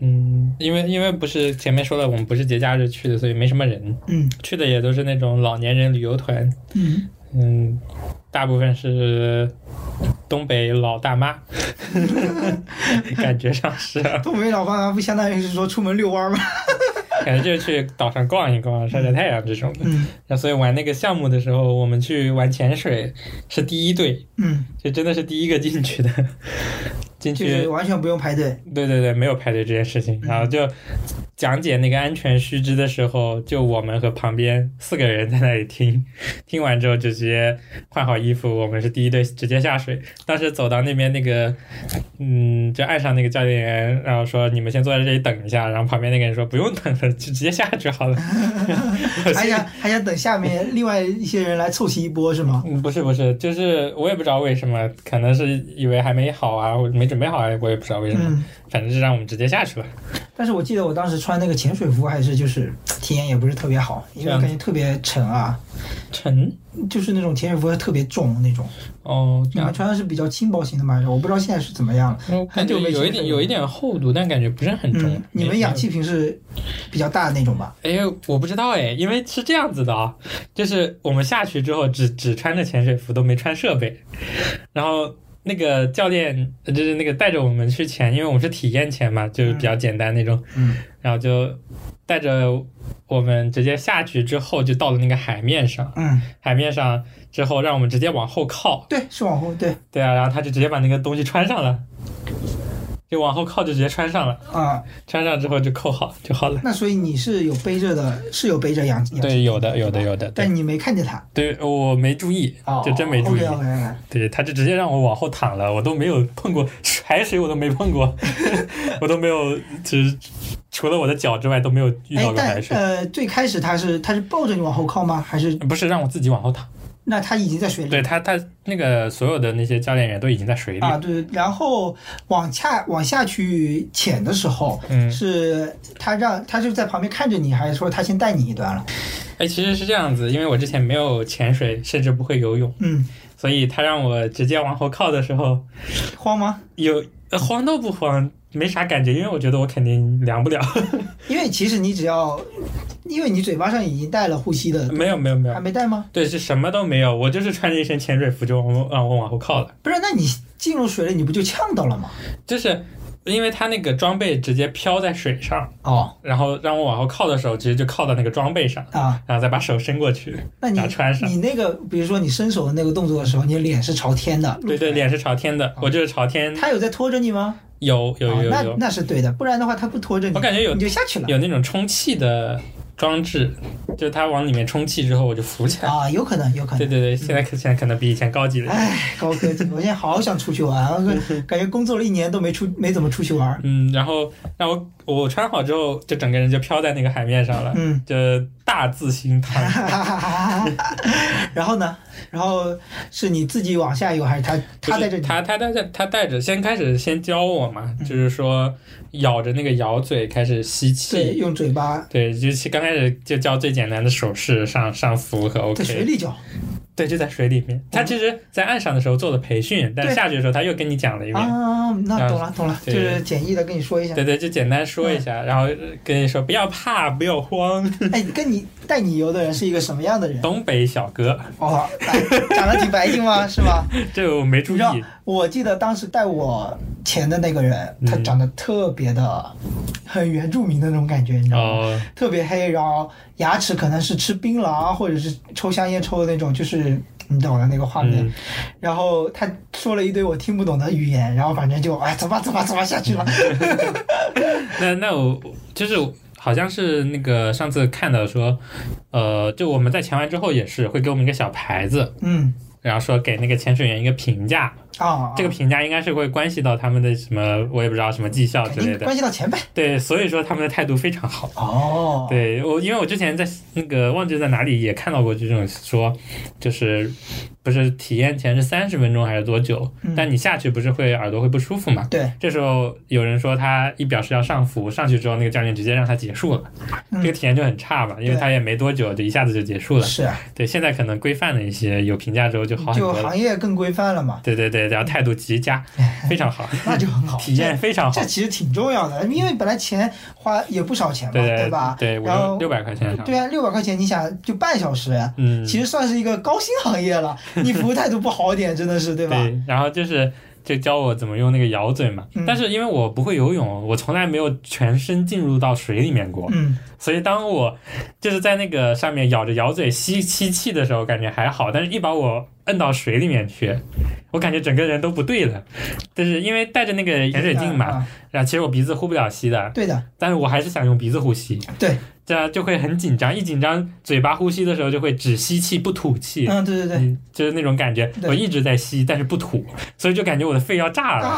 嗯，因为因为不是前面说了，我们不是节假日去的，所以没什么人， (laughs) 嗯去的也都是那种老年人旅游团，嗯，嗯，大部分是东北老大 (laughs) 妈，感觉上是啊、东北老爸妈不相当于是说出门遛弯儿吗？感觉就是去岛上逛一逛、晒晒太阳这种的。 (laughs) 嗯那所以玩那个项目的时候，我们去玩潜水是第一队，嗯，就真的是第一个进去的，进就去是完全不用排队。对对对，没有排队这件事情。然后就讲解那个安全须知的时候，就我们和旁边四个人在那里听， (laughs) 听完之后就直接换好衣服，我们是第一队直接下水。当时走到那边那个，嗯，就岸上那个教练员，然后说你们先坐在这里等一下。然后旁边那个人说不用等了， (laughs) 就直接下去好了。我还心想还想等下面另外一些人来凑齐一波是吗？嗯，不是不是，就是我也不知道为什么，可能是以为还没好啊，或者没准备好啊，我也不知道为什么，嗯，反正是让我们直接下去了。但是我记得我当时穿那个潜水服还是就是体验也不是特别好，因这为样感觉特别沉啊，沉就是那种潜水服还特别重那种。哦，这你样们穿的是比较轻薄型的吗？还是我不知道现在是怎么样了。嗯很久没有一接触点了有一点厚度，但感觉不是很重嗯。，你们氧气瓶是比较大的那种吧？没？哎，我不知道哎，因为是这样子的啊，就是我们下去之后只只穿着潜水服，都没穿设备，然后。那个教练呃就是那个带着我们去潜，因为我们是体验潜嘛，就是比较简单那种，嗯然后就带着我们直接下去之后，就到了那个海面上，嗯，海面上之后让我们直接往后靠，对，是往后对对啊，然后他就直接把那个东西穿上了，就往后靠就直接穿上了。啊、穿上之后就扣好就好了。那所以你是有背着的，是有背着氧氧 (laughs) 气，对，有的，有的，有的。对，但你没看见它。对我没注意，就真没注意 OK。OK OK，对，他就直接让我往后躺了，我都没有碰过 (laughs) 海水，我都没碰过， (laughs) 我都没有，只除了我的脚之外都没有遇哎到，过海但水。呃，最开始它是它是抱着你往后靠吗？还是不是让我自己往后躺，那它已经在水里了？对他，他那个所有的那些教练员都已经在水里啊，了。对，然后往下往下去潜的时候，嗯是他让他就在旁边看着你，还是说他先带你一段了？哎，其实是这样子，因为我之前没有潜水，甚至不会游泳，嗯，所以他让我直接往后靠的时候，慌吗？有呃慌都不慌，没啥感觉，因为我觉得我肯定凉不了。 (laughs) 因为其实你只要，因为你嘴巴上已经带了呼吸的，没有，没有，没有还。没带吗？对，是什么都没有，我就是穿着一身潜水服就往让我往后靠了。不是，那你进入水里你不就呛到了吗？就是因为它那个装备直接飘在水上，哦然后让我往后靠的时候，直接就靠到那个装备上，啊，然后再把手伸过去，那你把它穿上。你那个，比如说你伸手的那个动作的时候，你脸是朝天的，对对，脸是朝天的，我就是朝天，他有在拖着你吗？有有有哦、那有，那是对的，不然的话他不拖着你，我感觉有你就下去了有那种充气的装置，就是它往里面充气之后，我就浮起来。啊，有可能，有可对能。对对，现在可现在可能比以前高级了。嗯哎，高科技！我现在好想出去玩，啊 (laughs) 我感觉工作了一年都没出，没怎么出去玩。嗯，然后让我我穿好之后，就整个人就飘在那个海面上了，嗯， (laughs) 就大字星汤。然后呢？然后是你自己往下游，还是他 (laughs) 他带着不是你？他他带着他带着，先开始先教我嘛，嗯就是说咬着那个咬嘴开始吸对，气，用嘴巴对，就是刚开始就教最简单的手势，上上浮和在水 OK，里叫对，就在水里面。他其实在岸上的时候做的培训，但对下去的时候他又跟你讲了一遍，啊，那懂了懂了，就对是简易的跟你说一下。对对，就简单说一嗯下，然后跟你说不要怕，不要慌。哎，跟你带你游的人是一个什么样的人？东北小哥， (laughs) 哦，哎长得挺白净吗？是吧？这个我没注你意知，道，我记得当时带我前的那个人，他嗯长得特别的，很原住民的那种感觉，你知道吗？哦，特别黑，然后牙齿可能是吃槟榔或者是抽香烟抽的那种，就是你懂的那个画面。嗯，然后他说了一堆我听不懂的语言，然后反正就哎，走吧走吧走吧下去了。 (laughs) 那那我就是好像是那个上次看到说，呃，就我们在潜完之后也是会给我们一个小牌子，嗯然后说给那个潜水员一个评价，啊，这个评价应该是会关系到他们的什么，我也不知道什么绩效啊肯之类定的。关系到前辈。对，所以说他们的态度非常好。哦，对我，因为我之前在那个忘记在哪里也看到过这种说，就是不是体验前是三十分钟还是多久？嗯但你下去不是会耳朵会不舒服嘛？对，这时候有人说他一表示要上浮，上去之后那个教练直接让他结束了，嗯这个体验就很差嘛，因为对他也没多久就一下子就结束了。是啊对，现在可能规范了一些，有评价之后就好很就多了。行业更规范了嘛，对对对，然后态度极 (laughs) 佳，非常好，那就很好。体验非常好这。其实挺重要的，因为本来钱花也不少钱嘛，对吧？对，五然六后六百块钱上。对啊，六百块钱你想就半小时，嗯，其实算是一个高薪行业 (laughs) 了。你服务态度不好一点，真的是对吧？对，然后就是就教我怎么用那个咬嘴嘛。嗯但是因为我不会游泳，我从来没有全身进入到水里面过，嗯，所以当我就是在那个上面咬着咬嘴吸吸气的时候，感觉还好，但是一把我摁到水里面去，我感觉整个人都不对了，就是因为戴着那个潜水镜嘛，啊然后其实我鼻子呼不了吸的，对的，但是我还是想用鼻子呼吸，对，这样就会很紧张，一紧张嘴巴呼吸的时候就会只吸气不吐气，嗯，对对对，嗯，就是那种感觉，对我一直在吸，但是不吐，所以就感觉我的肺要炸了，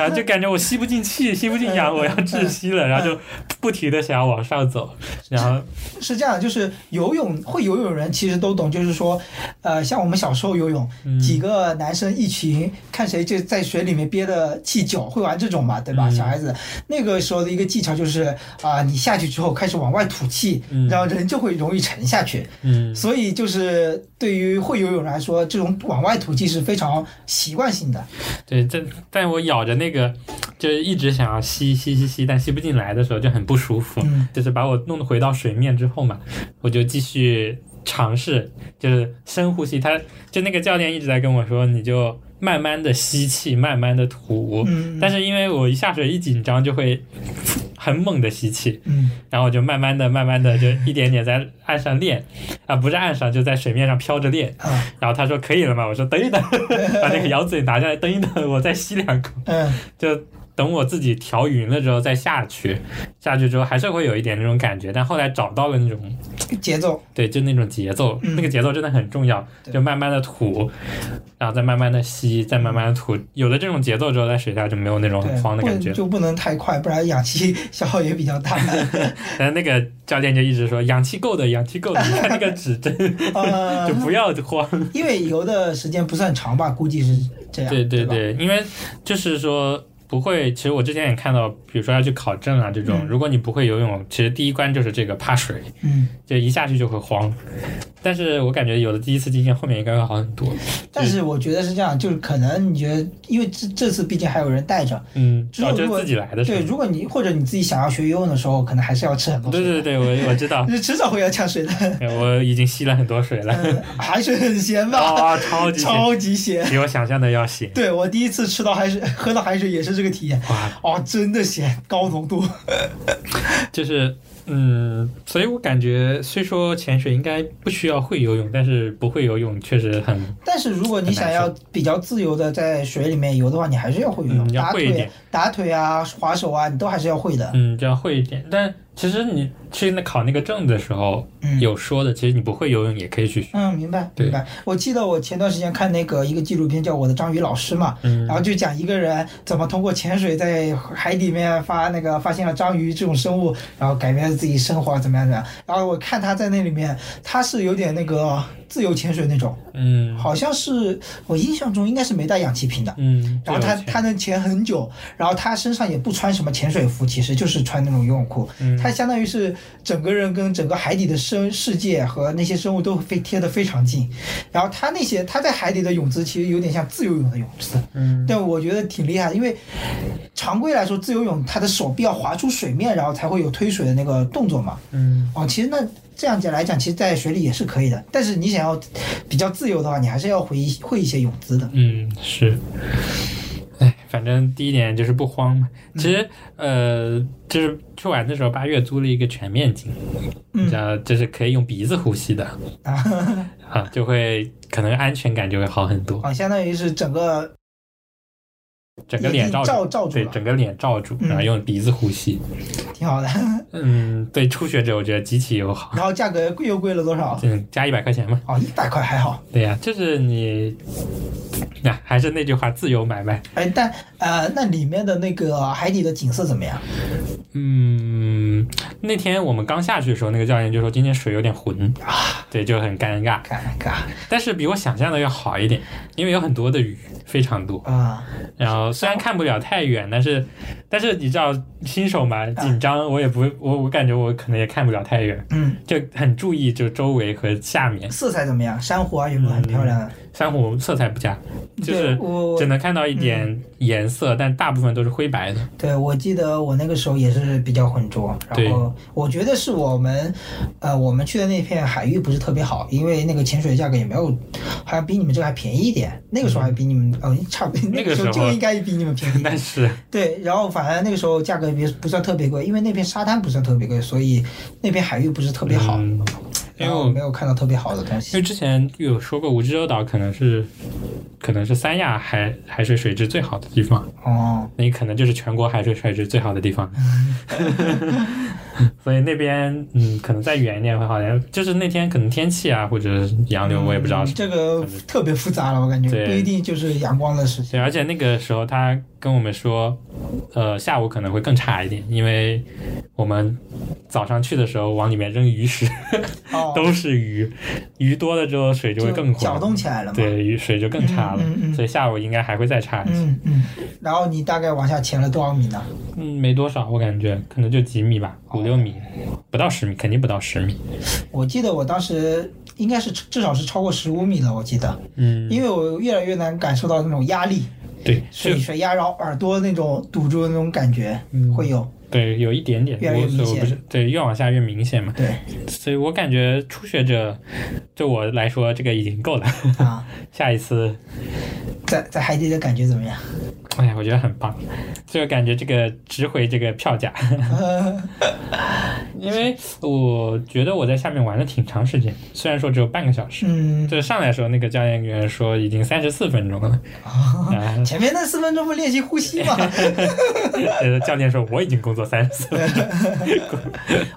啊，就感觉我吸不进气，吸不进氧，嗯我要窒息了，然后就 (laughs) 不停的想要往上走，然后是这样，就是游泳会游泳的人其实都懂，就是说，呃，像我们小时候游泳，嗯几个男生一群，看谁就在水里面憋的气久，会玩这种嘛，对吧？嗯小孩子那个时候的一个技巧就是啊、你下去之后开始往外吐气，嗯然后人就会容易沉下去。嗯所以就是对于会游泳来说，这种往外吐气是非常习惯性的。对，但但我咬着那个，就是一直想要吸吸吸吸，但吸不进来的时候就很不舒服，(laughs) 嗯，就是把我弄回到水面之后嘛，我就继续尝试，就是深呼吸。他就那个教练一直在跟我说，你就慢慢的吸气，慢慢的吐。嗯但是因为我一下水一紧张就会很猛的吸气，嗯，然后我就慢慢的、慢慢的就一点点在岸上练，啊，不是岸上就在水面上飘着练。啊，然后他说可以了吗？我说等一 (laughs) 等，把那个咬嘴拿下来，等一等， (laughs) 我再吸两口。嗯，就等我自己调匀了之后再下去，下去之后还是会有一点那种感觉，但后来找到了那种节奏，对，就那种节奏，嗯那个节奏真的很重要，对就慢慢的吐，然后再慢慢的吸，再慢慢的吐，有了这种节奏之后，在水下就没有那种对很，慌的不感能觉。就不能太快，不然氧气消耗也比较 (laughs) 大。但是那个教练就一直说氧气够的，氧气够的，你看那个指针 (laughs) 呃就，不要慌。因为游的时间不算长吧，估计是这样。对对吧，对，因为就是说不会，其实我之前也看到，比如说要去考证啊这种，嗯如果你不会游泳，其实第一关就是这个怕水。嗯，就一下去就会慌，但是我感觉有了第一次经验，后面应该会好很多。但是我觉得是这样，就是可能你觉得，因为这这次毕竟还有人带着，嗯，只有哦，这如是果自己来的是对，吗？如果你或者你自己想要学游泳的时候，可能还是要吃很多对水，对对，我我知道，对， (laughs) 迟早会要呛水的，哎我已经吸了很多水了，嗯 (laughs) 海水很咸吧，啊、超级咸，超级咸。比我想象的要咸。对我第一次吃到海水，喝到海水也是 (laughs) 这个体验，哇，哦，真的咸，高浓度。就是嗯，所以我感觉虽说潜水应该不需要会游泳，但是不会游泳确实很但是如果你想要比较自由的在水里面游的话，你还是要会游泳，嗯要打会一点腿、打腿啊、划手啊，你都还是要会的。嗯，这样会一点。但其实你去那考那个证的时候、嗯有说的，其实你不会游泳也可以去学。嗯，明白对明白。我记得我前段时间看那个一个纪录片叫《我的章鱼老师》嘛，嗯然后就讲一个人怎么通过潜水在海底面发那个发现了章鱼这种生物，然后改变了自己生活啊怎么样怎么样。然后我看他在那里面，他是有点那个自由潜水那种，嗯好像是我印象中应该是没带氧气瓶的。嗯，然后他这个他能潜很久，然后他身上也不穿什么潜水服，其实就是穿那种游泳裤。嗯他相当于是整个人跟整个海底的生世界和那些生物都非贴得非常近。然后他那些他在海底的泳姿其实有点像自由泳的泳姿，嗯但我觉得挺厉害的，因为常规来说自由泳他的手臂要划出水面，然后才会有推水的那个动作嘛。嗯哦，其实那这样讲来讲，其实在水里也是可以的，但是你想要比较自由的话，你还是要会一会一些泳姿的。嗯是。哎，反正第一点就是不慌嘛。其实，呃，就是去玩的时候，八月租了一个全面镜，嗯叫就是可以用鼻子呼吸的啊，啊，就会可能安全感就会好很多，哦，相当于是整个整个脸罩罩住，罩住对，了，整个脸罩住，嗯然后用鼻子呼吸。挺好的。 (laughs) 嗯，对初学者我觉得极其友好。然后价格又贵了多少？嗯，加一百块钱嘛。哦，一百块还好。对呀、就是你，那、还是那句话，自由买卖。哎，但呃，那里面的那个海底的景色怎么样？嗯，那天我们刚下去的时候，那个教练就说今天水有点浑，对，就很尴尬。尴尬但是比我想象的要好一点，因为有很多的鱼，非常多。啊！然后虽然看不了太远，但是但是你知道新手嘛，紧张，我也不会，我我感觉我可能也看不了太远，嗯，就很注意就周围和下面。色彩怎么样？珊瑚啊，有没有很漂亮的？珊瑚色彩不佳，嗯就对是我只能看到一点颜色，但大部分都是灰白的。对，我记得我那个时候也是比较浑浊，对然后我觉得是我们，呃，我们去的那片海域不是特别好，因为那个潜水价格也没有，好像比你们这个还便宜一点。那个时候还比你们，哦，差不多，嗯那那个个时时候候就应该比你们 (laughs) 便宜。 (laughs) 但是，对，然后反正那个时候价格也不算特别贵，因为那片沙滩不算特别贵，所以那片海域不是特别好，嗯因为然后我没有看到特别好的东因为西。之前有说过，蜈支洲岛可能是可能是三亚海海水水质最好的地方，哦，那可能就是全国海水水质最好的地 (laughs) 方。所以那边嗯，可能再远一点会好一点。就是那天可能天气啊，或者是洋流，我也不知道嗯是。这个特别复杂了，我感觉对不一定就是阳光的事情。对，而且那个时候他跟我们说，呃，下午可能会更差一点，因为我们早上去的时候往里面扔鱼食，哦，都是鱼，鱼多了之后水就会更搅浑，动起来了嘛。对，鱼水就更差了，嗯嗯嗯所以下午应该还会再差一些。嗯嗯，然后你大概往下潜了多少米呢？嗯，没多少，我感觉可能就几米吧，哦五六米，不到十米，肯定不到十米。我记得我当时应该是至少是超过十五米了，我记得，嗯，因为我越来越能感受到那种压力，对，水是，水压，然后耳朵那种堵住的那种感觉嗯会有。对，有一点点，越来越我所以明我不是，对，越往下越明显嘛， (laughs) 对所以我感觉初学者，对我来说这个已经够了，啊，下一次，在在海底的感觉怎么样？哎呀，我觉得很棒，就感觉这个值回这个票 (laughs) 价，因为我觉得我在下面玩了挺长时间，虽然说只有半个小时。嗯，就上来的时候，那个教练员说已经三十四分钟了，啊， (laughs) 前面那四分钟不练习呼吸吗？呃，教练说我已经工作三十四分钟，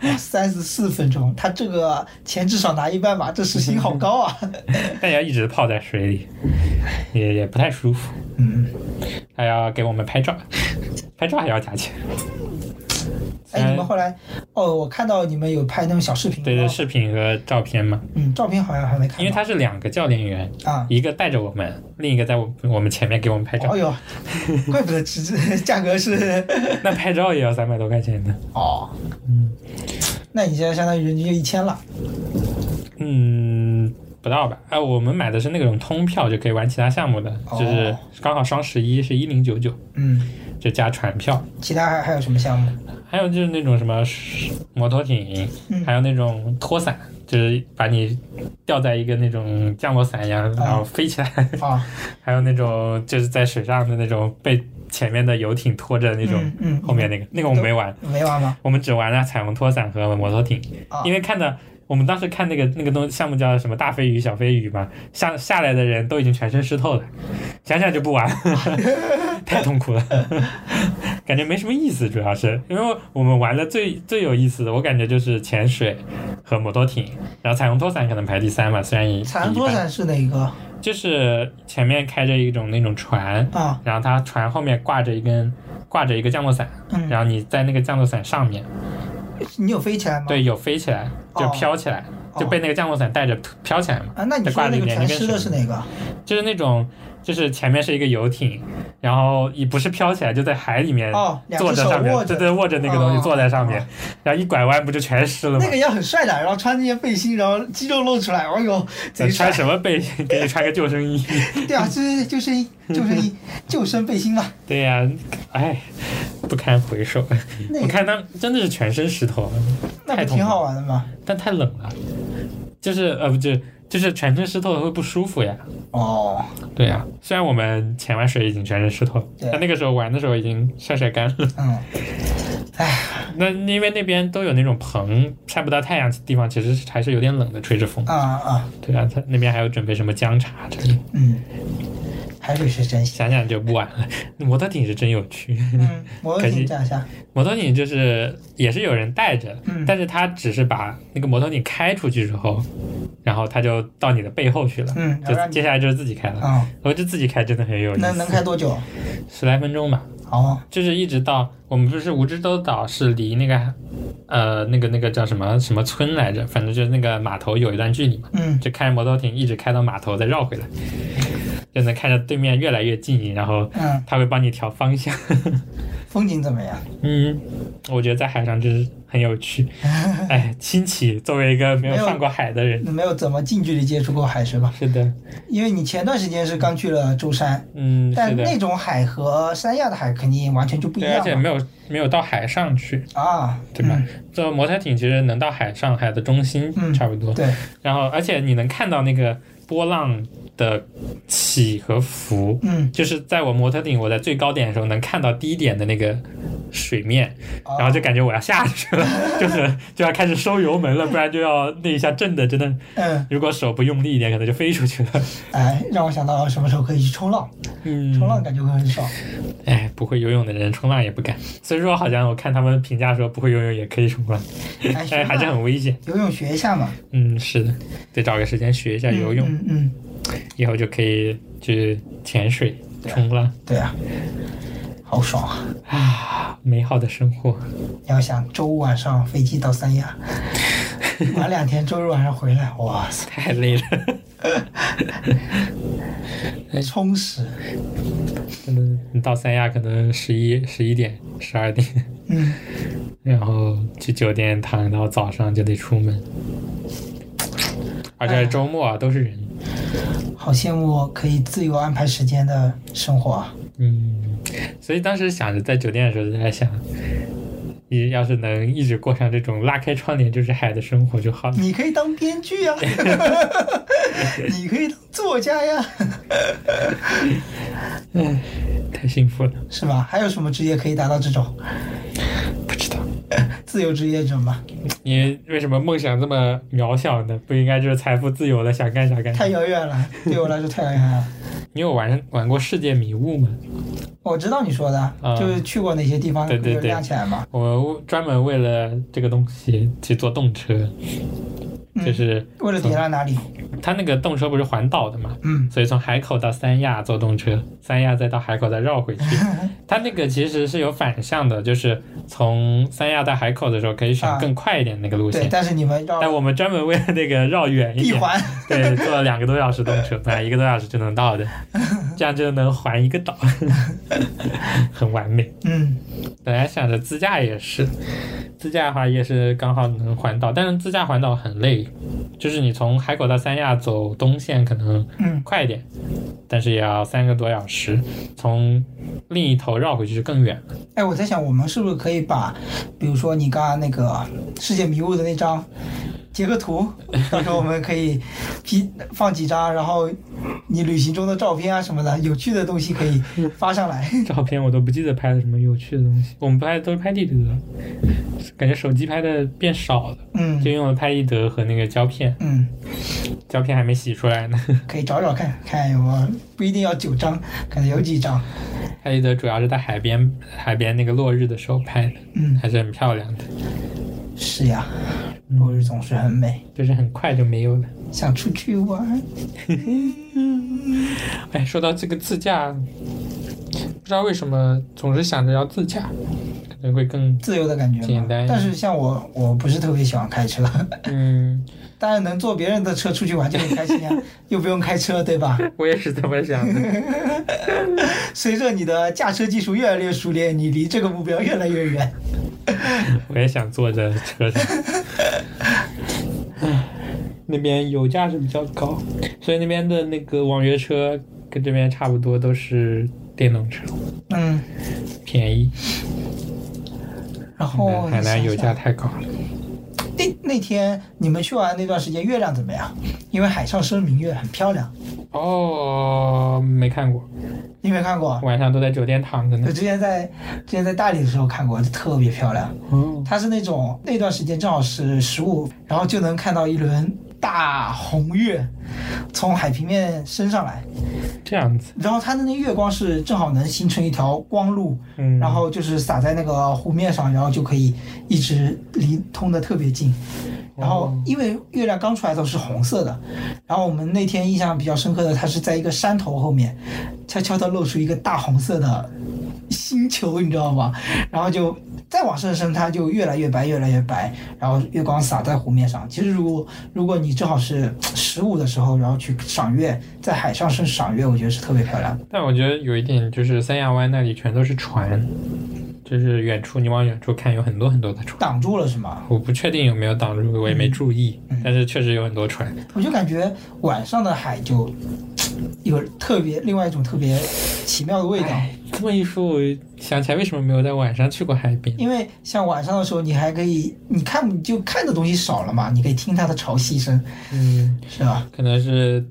(laughs) 三十四分钟，他这个钱至少拿一半吧，这时薪好高 (laughs) 啊。但也要一直泡在水里，也也不太舒服，嗯，还要给我们拍照，拍照还要加钱。哎，你们后来，哦，我看到你们有拍那种小视频，对对，哦视频和照片嘛，嗯，照片好像还没看到，因为他是两个教练员，啊，一个带着我们，另一个在我我们前面给我们拍照哦，哟，怪不得值值 (laughs) 价格是那拍照也要三百多块钱的。嗯哦，那你现在相当于人均就一千了，嗯，不到吧？哎、我们买的是那种通票，就可以玩其他项目的，哦就是刚好双十一是一零九九，嗯，就加船票，其他还还有什么项目？还有就是那种什么摩托艇，嗯还有那种拖伞，就是把你吊在一个那种降落伞一样，然哦后飞起来， (laughs) 啊，还有那种就是在水上的那种被前面的游艇拖着那种，嗯嗯，后面那个那个我们没玩，没 (laughs) 玩吗？我们只玩了彩虹拖伞和摩托艇，啊因为看到我们当时看那个那个东项目叫什么大飞鱼小飞鱼嘛，下下来的人都已经全身湿透了，想想就不玩， (laughs) 太痛苦了，感觉没什么意思，主要是因为我们玩的最最有意思的，我感觉就是潜水和摩托艇，然后彩虹拖伞可能排第三嘛，虽然也长桌也一般伞是哪个？就是前面开着一种那种船，啊，然后它船后面挂着一根挂着一个降落伞，嗯，然后你在那个降落伞上面。你有飞起来吗？对，有飞起来，就哦飘起来，哦就被那个降落伞带着飘起来嘛。啊，那你就说挂那着个连全着跟湿的是绳哪个？就是那种，就是前面是一个游艇，然后也不是飘起来，就在海里面哦，两坐只着手上面，握对着，对，握着那个东西哦坐在上面，然后一拐弯不就全湿了吗呃那？个要很帅的，然后穿那些背心，然后肌肉露出来，哎呦，贼你帅穿！什么背心？ (laughs) 给你穿个救生衣。对啊，就是救生衣，救 (laughs) 生衣，救生背心嘛。对呀、哎，不堪回首。那我个看他真的是全身湿透，那太不痛挺苦好玩的吗？但太冷了，就是呃，不是，就是全身湿透会不舒服呀。哦，对呀、虽然我们潜完水已经全身湿透了，对但那个时候玩的时候已经晒晒干了。嗯，那因为那边都有那种棚，晒不到太阳的地方，其实还是有点冷的，吹着风。啊啊，对啊，他那边还有准备什么姜茶之类的，嗯，海水是真香。想想就不晚 (laughs) 了。摩托艇是真有趣，嗯，我可请惜讲一下。摩托艇就是也是有人带着，嗯但是他只是把那个摩托艇开出去之后，然后他就到你的背后去了，嗯，要就让你接下来就是自己开了。啊，我就自己开真的很有意能能思，开多久？十来分钟吧。哦，就是一直到我们不是蜈支洲岛是离那个呃那个那个叫什么什么村来着，反正就是那个码头有一段距离嘛，嗯，就开摩托艇一直开到码头再绕回来，就能看着对面越来越近，然后嗯，他会帮你调方向。风景怎么样？ (laughs) 嗯，我觉得在海上真是很有趣，哎，新奇。作为一个没有没有上过海的人，没有怎么近距离接触过海是吧？是的，因为你前段时间是刚去了舟山，嗯，是但的，那种海和山亚的海肯定完全就不一对，而样且了没有没有到海上去，啊，对吧？坐摩托艇其实能到海上海的中心嗯差不多嗯？。对，然后而且你能看到那个波浪的起和伏，嗯，就是在我摩托艇我在最高点的时候能看到低点的那个水面，哦然后就感觉我要下去了，就是就要开始收油门了，不然就要那一下震的真的，嗯，如果手不用力一点，可能就飞出 (laughs) 去了。哎，让我想到什么时候可以去冲浪，嗯，冲浪感觉会 (laughs) 很爽。哎，不会游泳的人冲浪也不敢，所以说好像我看他们评价说不会游泳也可以冲浪，哎，但学是还是嘛很危险。游泳学一下嘛，嗯，是的，得找个时间学一下哎游泳。嗯嗯，以后就可以去潜水、对啊冲浪嗯对啊，好爽啊！啊，美好的生活。 (laughs) 要想周五晚上飞机到三亚，玩两天，周日晚上回来，哇塞，太累了， (laughs) 充实。可能你到三亚可能十一、十一点、十二点，嗯，然后去酒店躺到早上就得出门，而且是周末啊，都是人。好羡慕哦可以自由安排时间的生活啊！嗯，所以当时想着在酒店的时候就在想，你要是能一直过上这种拉开窗帘就是海的生活就好了。你可以当编剧啊， (laughs) 你可以当作家呀，嗯，太幸福了，是吧？还有什么职业可以达到这种不知道。自由职业者吗？你为什么梦想这么渺小呢？不应该就是财富自由了，想干啥干啥太？遥远了，对我来说太遥远了。你有玩玩过世界迷雾吗？我知道你说的，嗯就是去过哪些地方对对有对亮起来嘛。我专门为了这个东西去坐动车，嗯就是为了抵达哪里？它那个动车不是环岛的嘛，嗯，所以从海口到三亚坐动车，三亚再到海口再绕回 (laughs) 去。它那个其实是有反向的，就是从三亚到海口的时候可以选啊更快一点那个路对，线，但是你们但绕我们专门为了那个绕远一闭点，环，对，坐了两个多小时 (laughs) 动车，本来一个多小时就能到的，这样就能环一个岛， (laughs) 很完美。嗯，本来想着自驾也是，自驾的话也是刚好能环岛，但是自驾环岛很累，里，就是你从海口到三亚走东线可能嗯快一点，但是也要三个多小时，从另一头绕回去就更远了。哎，我在想，我们是不是可以把，比如说你刚刚那个世界迷雾的那张截个图，到时候我们可以 P 放几张，然后你旅行中的照片啊什么的，有趣的东西可以发上来。照片我都不记得拍了什么有趣的东西，我们拍的都是拍立得，感觉手机拍的变少了，就嗯用了拍立得和那个胶片，嗯，胶片还没洗出来呢。 (laughs) 可以找找看看有没有，不一定要九张，可能有几张。拍立得主要是在海边，海边那个落日的时候拍的，嗯，还是很漂亮的，是呀，嗯落日总是很美，就是很快就没有了。想出去玩。哎，说到这个自驾，不知道为什么总是想着要自驾，可能会 (laughs) 更自由的感觉嘛简单一点但是像我，我不是特别喜欢开车，嗯，当然能坐别人的车出去玩就很开心呀、啊 (laughs) 又不用开车，对吧？我也是这么想 (laughs) 的。随着你的驾车技术越来越熟练，你离这个目标越来越远。我也想坐在车上。唉那边油价是比较高，所以那边的那个网约车跟这边差不多，都是电动车，嗯，便宜。然后嗯海南油有价太高了。那那天你们去玩那段时间，月亮怎么样？因为海上生明月很漂亮，哦，没看过，你没看过？晚上都在酒店躺着我呢。之前在之前在大理的时候看过，就特别漂亮。哦，它是那种那段时间正好是十五，然后就能看到一轮大红月从海平面升上来，这样子，然后它的那月光是正好能形成一条光路，嗯，然后就是洒在那个湖面上，然后就可以一直离通的特别近。然后因为月亮刚出来的时候是红色的，然后我们那天印象比较深刻的，它是在一个山头后面，悄悄地露出一个大红色的星球，你知道吗？然后就再往上升，它就越来越白，越来越白，然后月光洒在湖面上。其实如果如果你正好是十五的时候，然后去赏月，在海上是赏月，我觉得是特别漂亮的。但我觉得有一点就是三亚湾那里全都是船，就是远处你往远处看有很多很多的船。挡住了是吗？我不确定有没有挡住，我也没注意，嗯但是确实有很多船。我就感觉晚上的海就有特别另外一种特别奇妙的味道。哎，这么一说，我想起来为什么没有在晚上去过海边。因为像晚上的时候，你还可以，你看你就看的东西少了嘛，你可以听它的潮汐声，嗯，是吧？可能是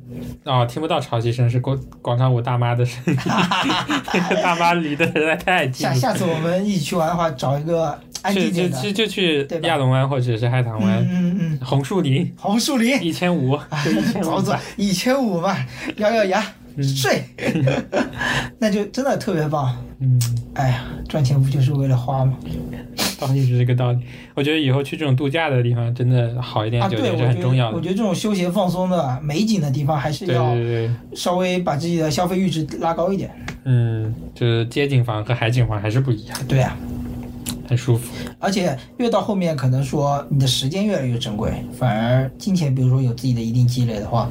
哦，听不到潮汐声，是广广场舞大妈的声音。那个大妈离得实在太近下了。下次我们一起去玩的话，找一个安去静就点的，就就去对吧亚龙湾或者是海棠湾、嗯嗯嗯，红树林，红树林，一千五就一 (laughs) 千走五走吧。，一千五嘛，咬咬牙嗯睡， (laughs) 那就真的特别棒。嗯，哎呀，赚钱不就是为了花吗？道理是这个道理。我觉得以后去这种度假的地方，真的好一点啊，的哎酒店对，我是觉很得重要我的。觉得这种休闲放松的啊美景的地方，还是对要对对，稍微把自己的消费阈值拉高一点。嗯，就是街景房和海景房还是不一样，对呀、很舒服。而且越到后面，可能说你的时间越来越珍贵，反而金钱，比如说有自己的一定积累的话，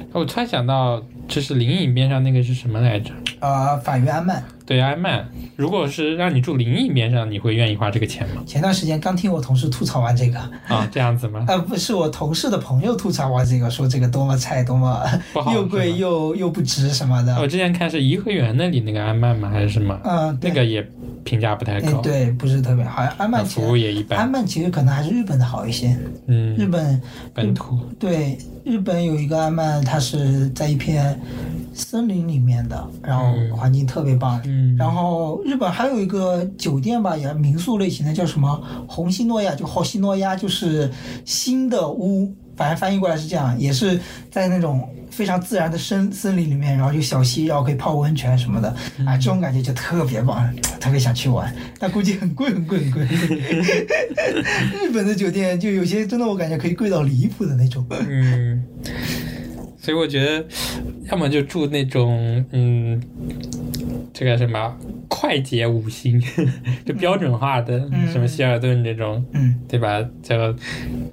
哎我突然想到，就是灵隐边上那个是什么来着？呃，反于安曼。对，安曼。如果是让你住灵隐边上，你会愿意花这个钱吗？前段时间刚听我同事吐槽完这个， (laughs) 啊，这样子吗？呃，不是我同事的朋友吐槽完这个，说这个多么菜，多么不好又贵是哦吗又又不值什么的。我之前看是颐和园那里那个安曼吗？还是什么？嗯，那对，个也评价不太哎高，对，不是特别好。安曼其服务实，也一般安。曼其实可能还是日本的好一些。日嗯，本本土。对，日本有一个安曼，它是在一片森林里面的，然后嗯环境特别棒。嗯，然后日本还有一个酒店吧，也民宿类型的，叫什么红星诺亚，就好西诺亚，就是新的屋，反正翻译过来是这样，也是在那种非常自然的森森林里面，然后有小溪，然后可以泡温泉什么的，啊，这种感觉就特别棒，特别想去玩，但估计很贵很贵很贵。 (laughs) 日本的酒店就有些真的我感觉可以贵到离谱的那种。嗯，所以我觉得，要么就住那种嗯，这个什么快捷五星， (laughs) 就标准化的，嗯什么希尔顿这种，嗯，对吧？就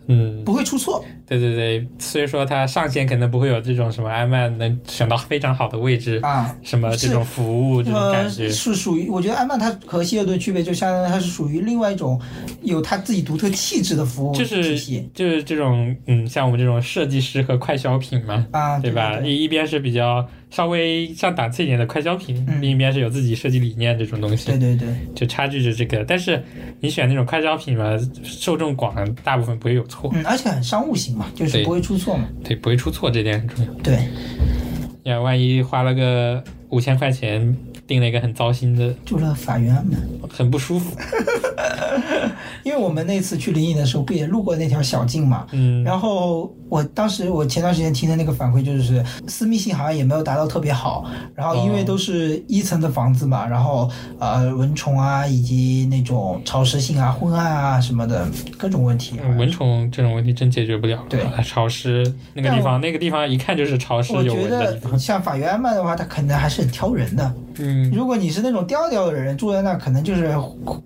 嗯，不会出错，对对对，虽说它上线可能不会有这种什么 iMac 能选到非常好的位置，啊。什么这种服务这种感呃，觉，是属于我觉得安曼它和希尔顿区别，就相当于它是属于另外一种有它自己独特气质的服务就体是系就是这种嗯，像我们这种设计师和快消品嘛，啊，对吧？对一一边是比较稍微上档次一点的快消品，嗯另一边是有自己设计理念这种东对西，对对，就差距是这个。但是你选那种快消品嘛，受众广，大部分不会有错，嗯，而且很商务型嘛，就是对不会出错嘛。对，不会出错，这点很重要。对，要万一花了个五千块钱订了一个很糟心的、住了法源安曼，很不舒服，因为我们那次去临沂的时候，不也路过那条小径嘛。嗯，然后我当时我前段时间听的那个反馈就是私密性好像也没有达到特别好，然后因为哦都是一层的房子嘛，然后呃蚊虫啊以及那种潮湿性啊、昏暗啊什么的各种问题。啊嗯蚊虫这种问题真解决不了。啊对潮湿那个但地我方，那个地方一看就是潮湿我有觉蚊的地得方。像法源安曼的话，它可能还是很挑人的。嗯，如果你是那种调调的人，住在那可能就是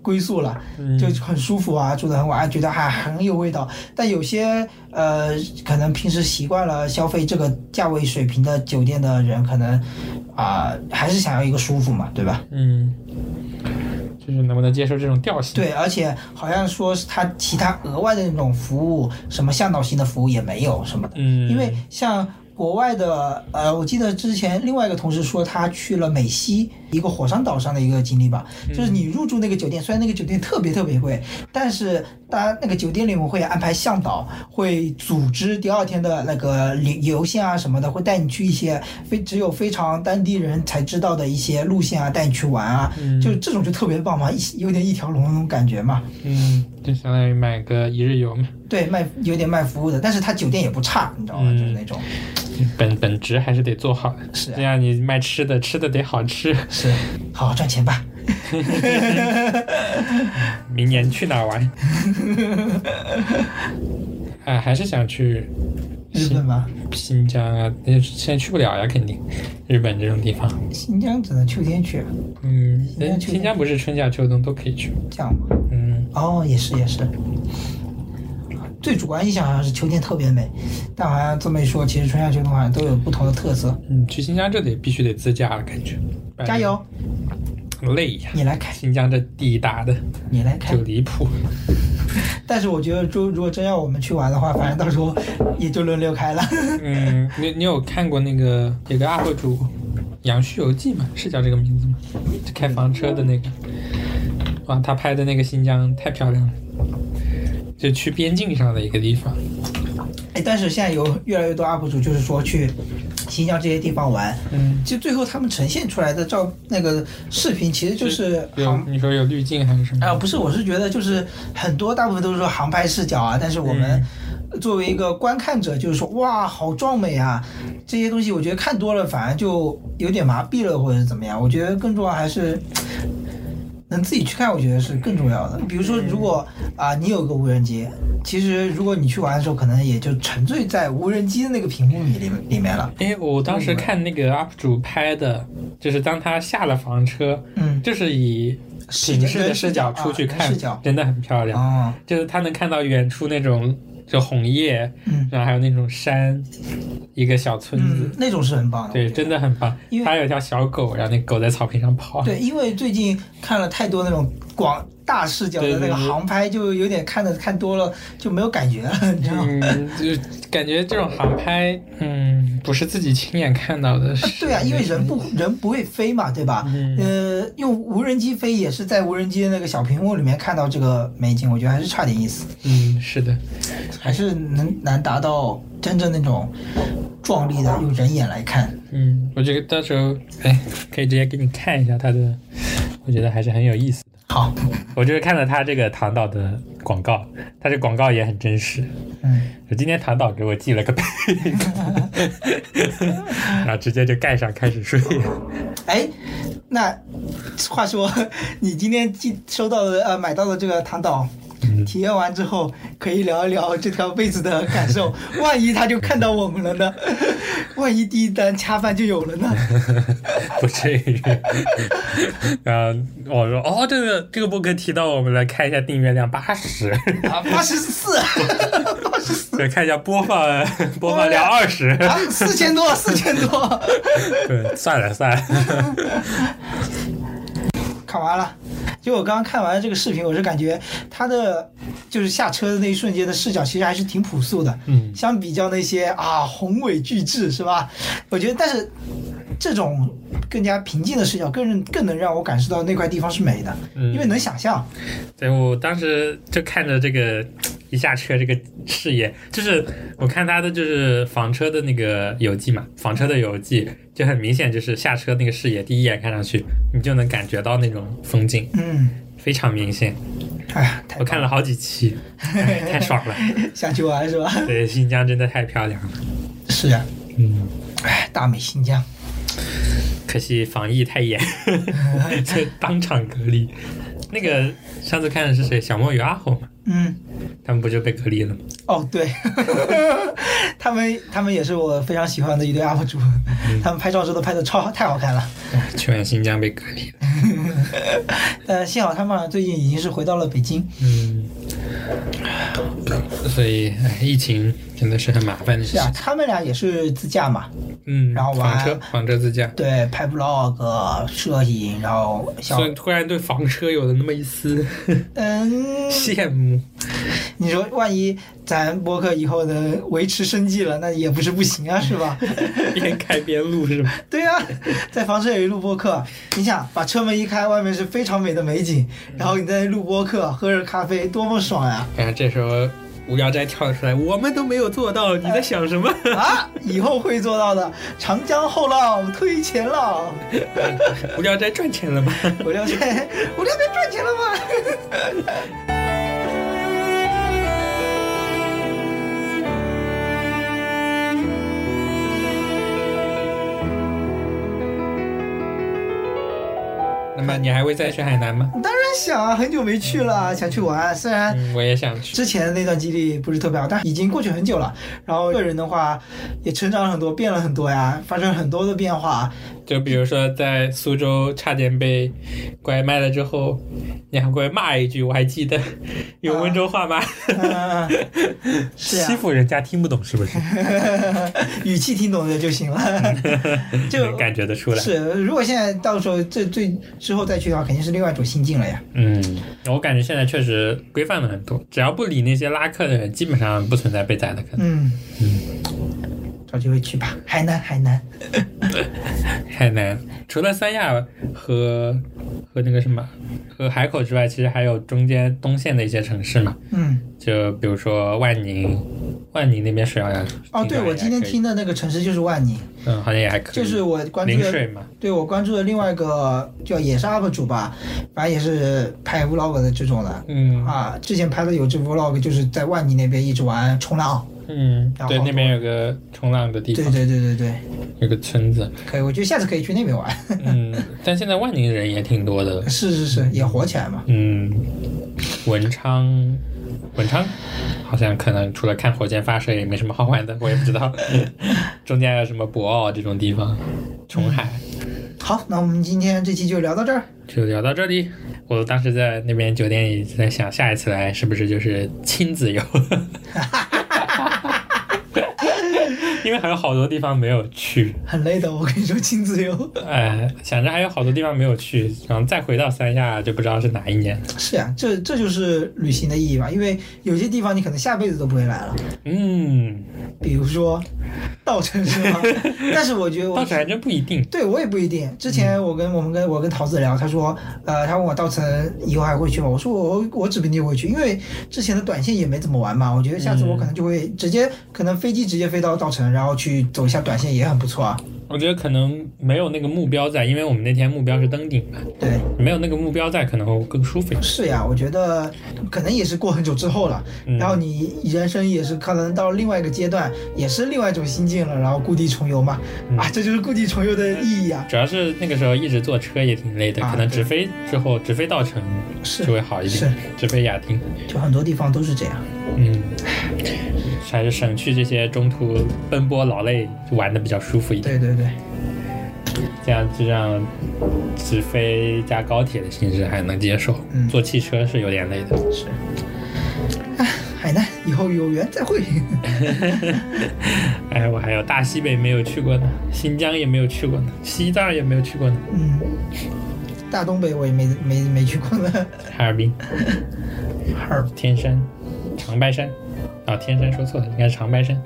归宿了。嗯就很舒服啊，住得很晚，啊觉得还很有味道。但有些呃，可能平时习惯了消费这个价位水平的酒店的人，可能啊、还是想要一个舒服嘛，对吧？嗯，就是能不能接受这种调性？对，而且好像说是他其他额外的那种服务，什么向导型的服务也没有什么的，嗯，因为像。国外的，呃，我记得之前另外一个同事说他去了美西一个火山岛上的一个经历吧，就是嗯你入住那个酒店，虽然那个酒店特别特别贵，但是大家那个酒店里面会安排向导，会组织第二天的那个旅游线啊什么的，会带你去一些非只有非常当地人才知道的一些路线啊，带你去玩啊，嗯就这种就特别棒嘛，一有点一条龙那种感觉嘛。嗯，就相当于买个一日 (laughs) 游嘛，对，卖有点卖服务的，但是他酒店也不差，你知道吗？嗯就是那种本本职还是得做好的。是啊这样你卖吃的，吃的得好 (laughs) 吃。是好好赚钱吧。明年去哪儿 (laughs) 玩？啊，还是想去日本吧，新疆啊，那现在去不了呀，肯定。日本这种地方，新疆只能秋天去，嗯，新疆去新疆不是春夏秋冬都可以去。这样吧。嗯，哦，也是也是。最主观印象好像是秋天特别美，但好像这么一说，其实春夏秋冬好像都有不同的特色。你嗯去新疆这得必须得自驾了，感觉。加！油，累呀，哎你来开，新疆这地大的你来开就。离谱。但是我觉得，就如果真要我们去玩的话，反正到时候也就轮流开了。 (laughs) 嗯，你你有看过那个有个 UP 主《杨旭游记》吗？是叫这个名字吗？就开房车的那个，哇，他拍的那个新疆太漂亮了，就去边境上的一个地方。哎，但是现在有越来越多 UP 主就是说去新疆这些地方玩，嗯，其实最后他们呈现出来的照那个视频，其实就是有航你说有滤镜还是什么？啊、不是，我是觉得就是很多大部分都是说航拍视角啊，但是我们嗯作为一个观看者，就是说哇，好壮美啊，这些东西我觉得看多了反而就有点麻痹了，或者是怎么样。我觉得更重要还是。能自己去看，我觉得是更重要的。比如说，如果嗯啊、你有个无人机，其实如果你去玩的时候，可能也就沉醉在无人机的那个屏幕里里里面了。哎，我当时看那个 UP 主拍的，就是当他下了房车，嗯，就是以视平视的人视角出去啊人看视角，真的很漂亮。哦，就是他能看到远处那种就红叶，嗯然后还有那种山，一个小村子嗯，，那种是很棒的。我对，觉得真的很棒因为。它有一条小狗，然后那狗在草坪上跑。对，因为最近看了太多那种广大视角的那对个对对航拍，就有点看的看多了就没有感觉了，你知道吗？嗯，就感觉这种航拍，嗯，不是自己亲眼看到的啊。对啊，因为人不人不会飞嘛，对吧？嗯呃，用无人机飞也是在无人机的那个小屏幕里面看到这个美景，我觉得还是差点意思，嗯，是的，还是能难达到真正那种壮丽的用人眼来看。嗯，我觉得到时候，哎，可以直接给你看一下它的，我觉得还是很有意思的。好，我就是看了它这个唐导的广告，它这广告也很真实。嗯，我今天唐导给我寄了 (laughs) 个被 (laughs) 子，然后直接就盖上开始睡。哎，那话说，你今天寄收到的呃买到的这个唐导嗯，体验完之后，可以聊一聊这条被子的感受。万一他就看到我们了呢？万一第一单恰饭就有了呢？不至于。 (laughs) 然后我说哦，这个这个播客提到我们来看一下订阅量八十，啊，八十四，八十四，再看一下播放播放量二十，啊，四千多，四千多，对，算了算了，看完了。就我刚刚看完这个视频，我是感觉他的就是下车的那一瞬间的视角，其实还是挺朴素的。嗯相比较那些啊宏伟巨制是吧？我觉得，但是这种更加平静的视角，更更能让我感受到那块地方是美的，嗯因为能想象。对我当时就看着这个一下车这个视野，就是我看他的就是房车的那个游记嘛，房车的游记就很明显，就是下车那个视野，第一眼看上去你就能感觉到那种风景，嗯，非常明显。哎呀，太我看了好几期，哎太爽了。想去玩是吧？对，新疆真的太漂亮了。是呀、嗯，哎，大美新疆。可惜防疫太 (laughs) 严，这当场隔离。那个上次看的是谁？小莫与阿红嘛，嗯，他们不就被隔离了吗？哦对， (laughs) 他们他们也是我非常喜欢的一对 UP 主，嗯他们拍照真的拍的超太好看了。全新疆被隔离了。但呃幸好他们好像最近已经是回到了北京。嗯，所以哎疫情真的是很麻烦的事是啊情，。他们俩也是自驾嘛，嗯，然后玩房车房车自驾，对，拍 vlog、摄影，然后小所以突然对房车有了那么一丝 (laughs) 嗯，羡慕。你说万一咱播客以后能维持生计了，那也不是不行啊，是吧？ (laughs) 边开边录是吧？对啊，在房车里录播客，你想把车门一开，外面是非常美的美景，然后你在那录播客，喝着咖啡，多么爽呀、然后哎这时候无聊斋跳出来，我们都没有做到，你在想 (laughs) 什么？啊！以后会做到的，长江后浪推前浪， (laughs) 无聊斋赚钱了吧？我聊天，我聊天赚钱了吗？那么你还会再去海南吗？当然想啊，很久没去了，想去玩，虽然。 (laughs) 嗯，我也想去。之前的那段经历不是特别好，但已经过去很久了。然后个人的话，也成长了很多，变了很多呀，发生了很多的变化。就比如说在苏州差点被拐卖了之后，你还会骂一句，我还记得啊用温州话骂，嗯， (laughs) 是啊呀、负人家听不懂是不是？语气听懂的 (laughs) 就行了。 (laughs) 就能感觉得出来。是，如果现在到时候这最之后再去的话，肯定是另外一种心境了呀。嗯，我感觉现在确实规范了很多，只要不理那些拉客的人，基本上不存在被宰的可能。 (laughs) 嗯，嗯找机会去吧，海南，海南。海南除了三亚和和那个什么和海口之外，其实还有中间东线的一些城市嘛，嗯，就比如说万宁，万宁那边水好像哦，听对，说我也今天可以听的那个城市就是万宁，嗯，好像也还可以，就是我关注零的水嘛，对我关注的另外一个叫也是 UP 主吧，反正也是拍 vlog 的这种的嗯啊。之前拍的有支 vlog 就是在万宁那边一直玩冲浪。嗯，然后对，那边有个冲浪的地对方，对对对对，有个村 (laughs) 子，可以，我觉得下次可以去那边玩。嗯，但现在万宁人也挺多的，是是是，也火起来嘛。嗯，文昌，文昌好像可能除了看火箭发射也没什么好玩的，我也不知 (laughs) 道，中间还有什么博鳌这种地方，嗯琼海，好，那我们今天这期就聊到这儿。就聊到这里。我当时在那边酒店里在想，下一次来是不是就是亲子游？ (laughs) 因为还有好多地方没有去，很累的，我跟你说，亲子游。哎，想着还有好多地方没有去，然后再回到三亚就不知道是哪一年。 (laughs) 是呀、这这就是旅行的意义吧？因为有些地方你可能下辈子都不会来了，嗯，比如说稻城是吗？ (laughs) 但是我觉得我倒是还真不一定。对我也不一定。之前嗯我跟我们跟我跟桃子聊，他说，呃，他问我稻城以后还会去吗？我说我我我指不定会去，因为之前的短线也没怎么玩嘛。我觉得下嗯次我可能就会直接，可能飞机直接飞到稻城，然后去走一下短线也很不错啊。我觉得可能没有那个目标在，因为我们那天目标是登顶嘛，对，你没有那个目标在，可能会更舒服一点。是呀，我觉得可能也是过很久之后了，嗯然后你人生也是可能到另外一个阶段，也是另外一种心境了，然后故地重游嘛，嗯啊，这就是故地重游的意义啊，主要是那个时候一直坐车也挺累的，啊可能对直飞之后直飞稻城是就会好一是点，直飞亚丁，就很多地方都是这样。嗯，还是省去这些中途奔波劳累，玩的比较舒服一点。对对对，这样就让直飞加高铁的形式还能接受，嗯坐汽车是有点累的。 (laughs) 是。啊，海南，以后有缘再会。 (laughs) 哎，我还有大西北没有去过呢，新疆也没有去过呢，西藏也没有去过呢，嗯，大东北我也没没没去过呢，哈尔滨、哈尔。天山、长白山。啊、天山说错了，应该是长白山。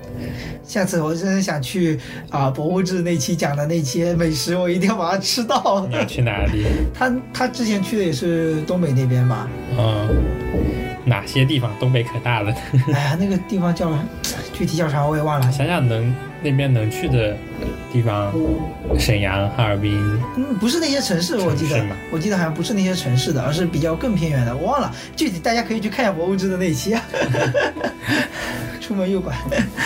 下次我真的想去啊，博物志那期讲的那些美食，我一定要把它吃到你。要去哪里？他他之前去的也是东北那边吧？嗯，哪些地方？东北可大了，哎呀，那个地方叫具体叫啥我也忘了。想想能那边能去的地方，沈阳、哈尔滨，嗯，不是那些城市，我记城市得吗，我记得好像不是那些城市的，而是比较更偏远的，我忘了。具体大家可以去看一下博物志的那期 (laughs) 啊。出门右拐，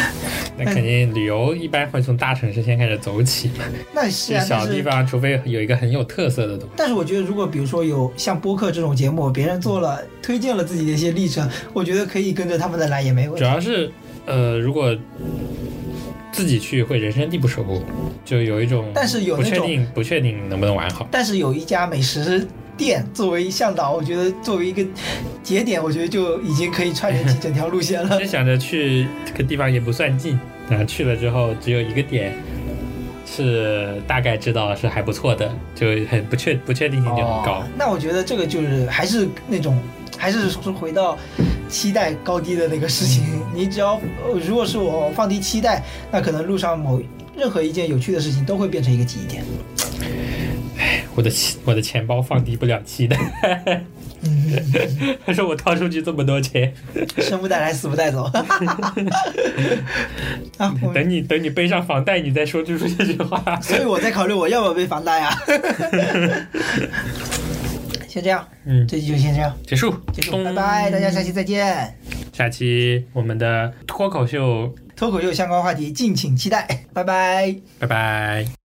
(laughs) 那哎肯定旅游一般会从大城市先开始走起嘛。那是这啊，小但地是方，除非有一个很有特色的东西。但是我觉得，如果比如说有像播客这种节目，别人做了推荐了自己的一些历程，我觉得可以跟着他们的来也没问主题。要是，啊呃，如果自己去会人生地不熟，就有一种，但是有不那确种定不确定能不能玩好。但是有一家美食店作为向导，我觉得作为一个节点，我觉得就已经可以串联起整条路线 (laughs) 了就。想着去这个地方也不算近，啊，去了之后只有一个点是大概知道是还不错的，就很不确不确定性就很高哦。那我觉得这个就是还是那种，还是说回到期待高低的那个事情。嗯你只要呃如果是我放低期待，那可能路上某任何一件有趣的事情都会变成一个记忆点。我的钱我的钱包放低不了期待，嗯， (laughs) 他说我掏出去这么多钱， (laughs) 生不带来，死不带走。 (laughs) 啊，我等你等你背上房贷，你再说出这句话。所以我在考虑我要不要背房贷 (laughs) 呀。先这样，嗯，这期就先这样，结束，结束，拜拜，大家下期再见。下期我们的脱口秀，脱口秀相关话题敬请期待，拜拜。拜拜。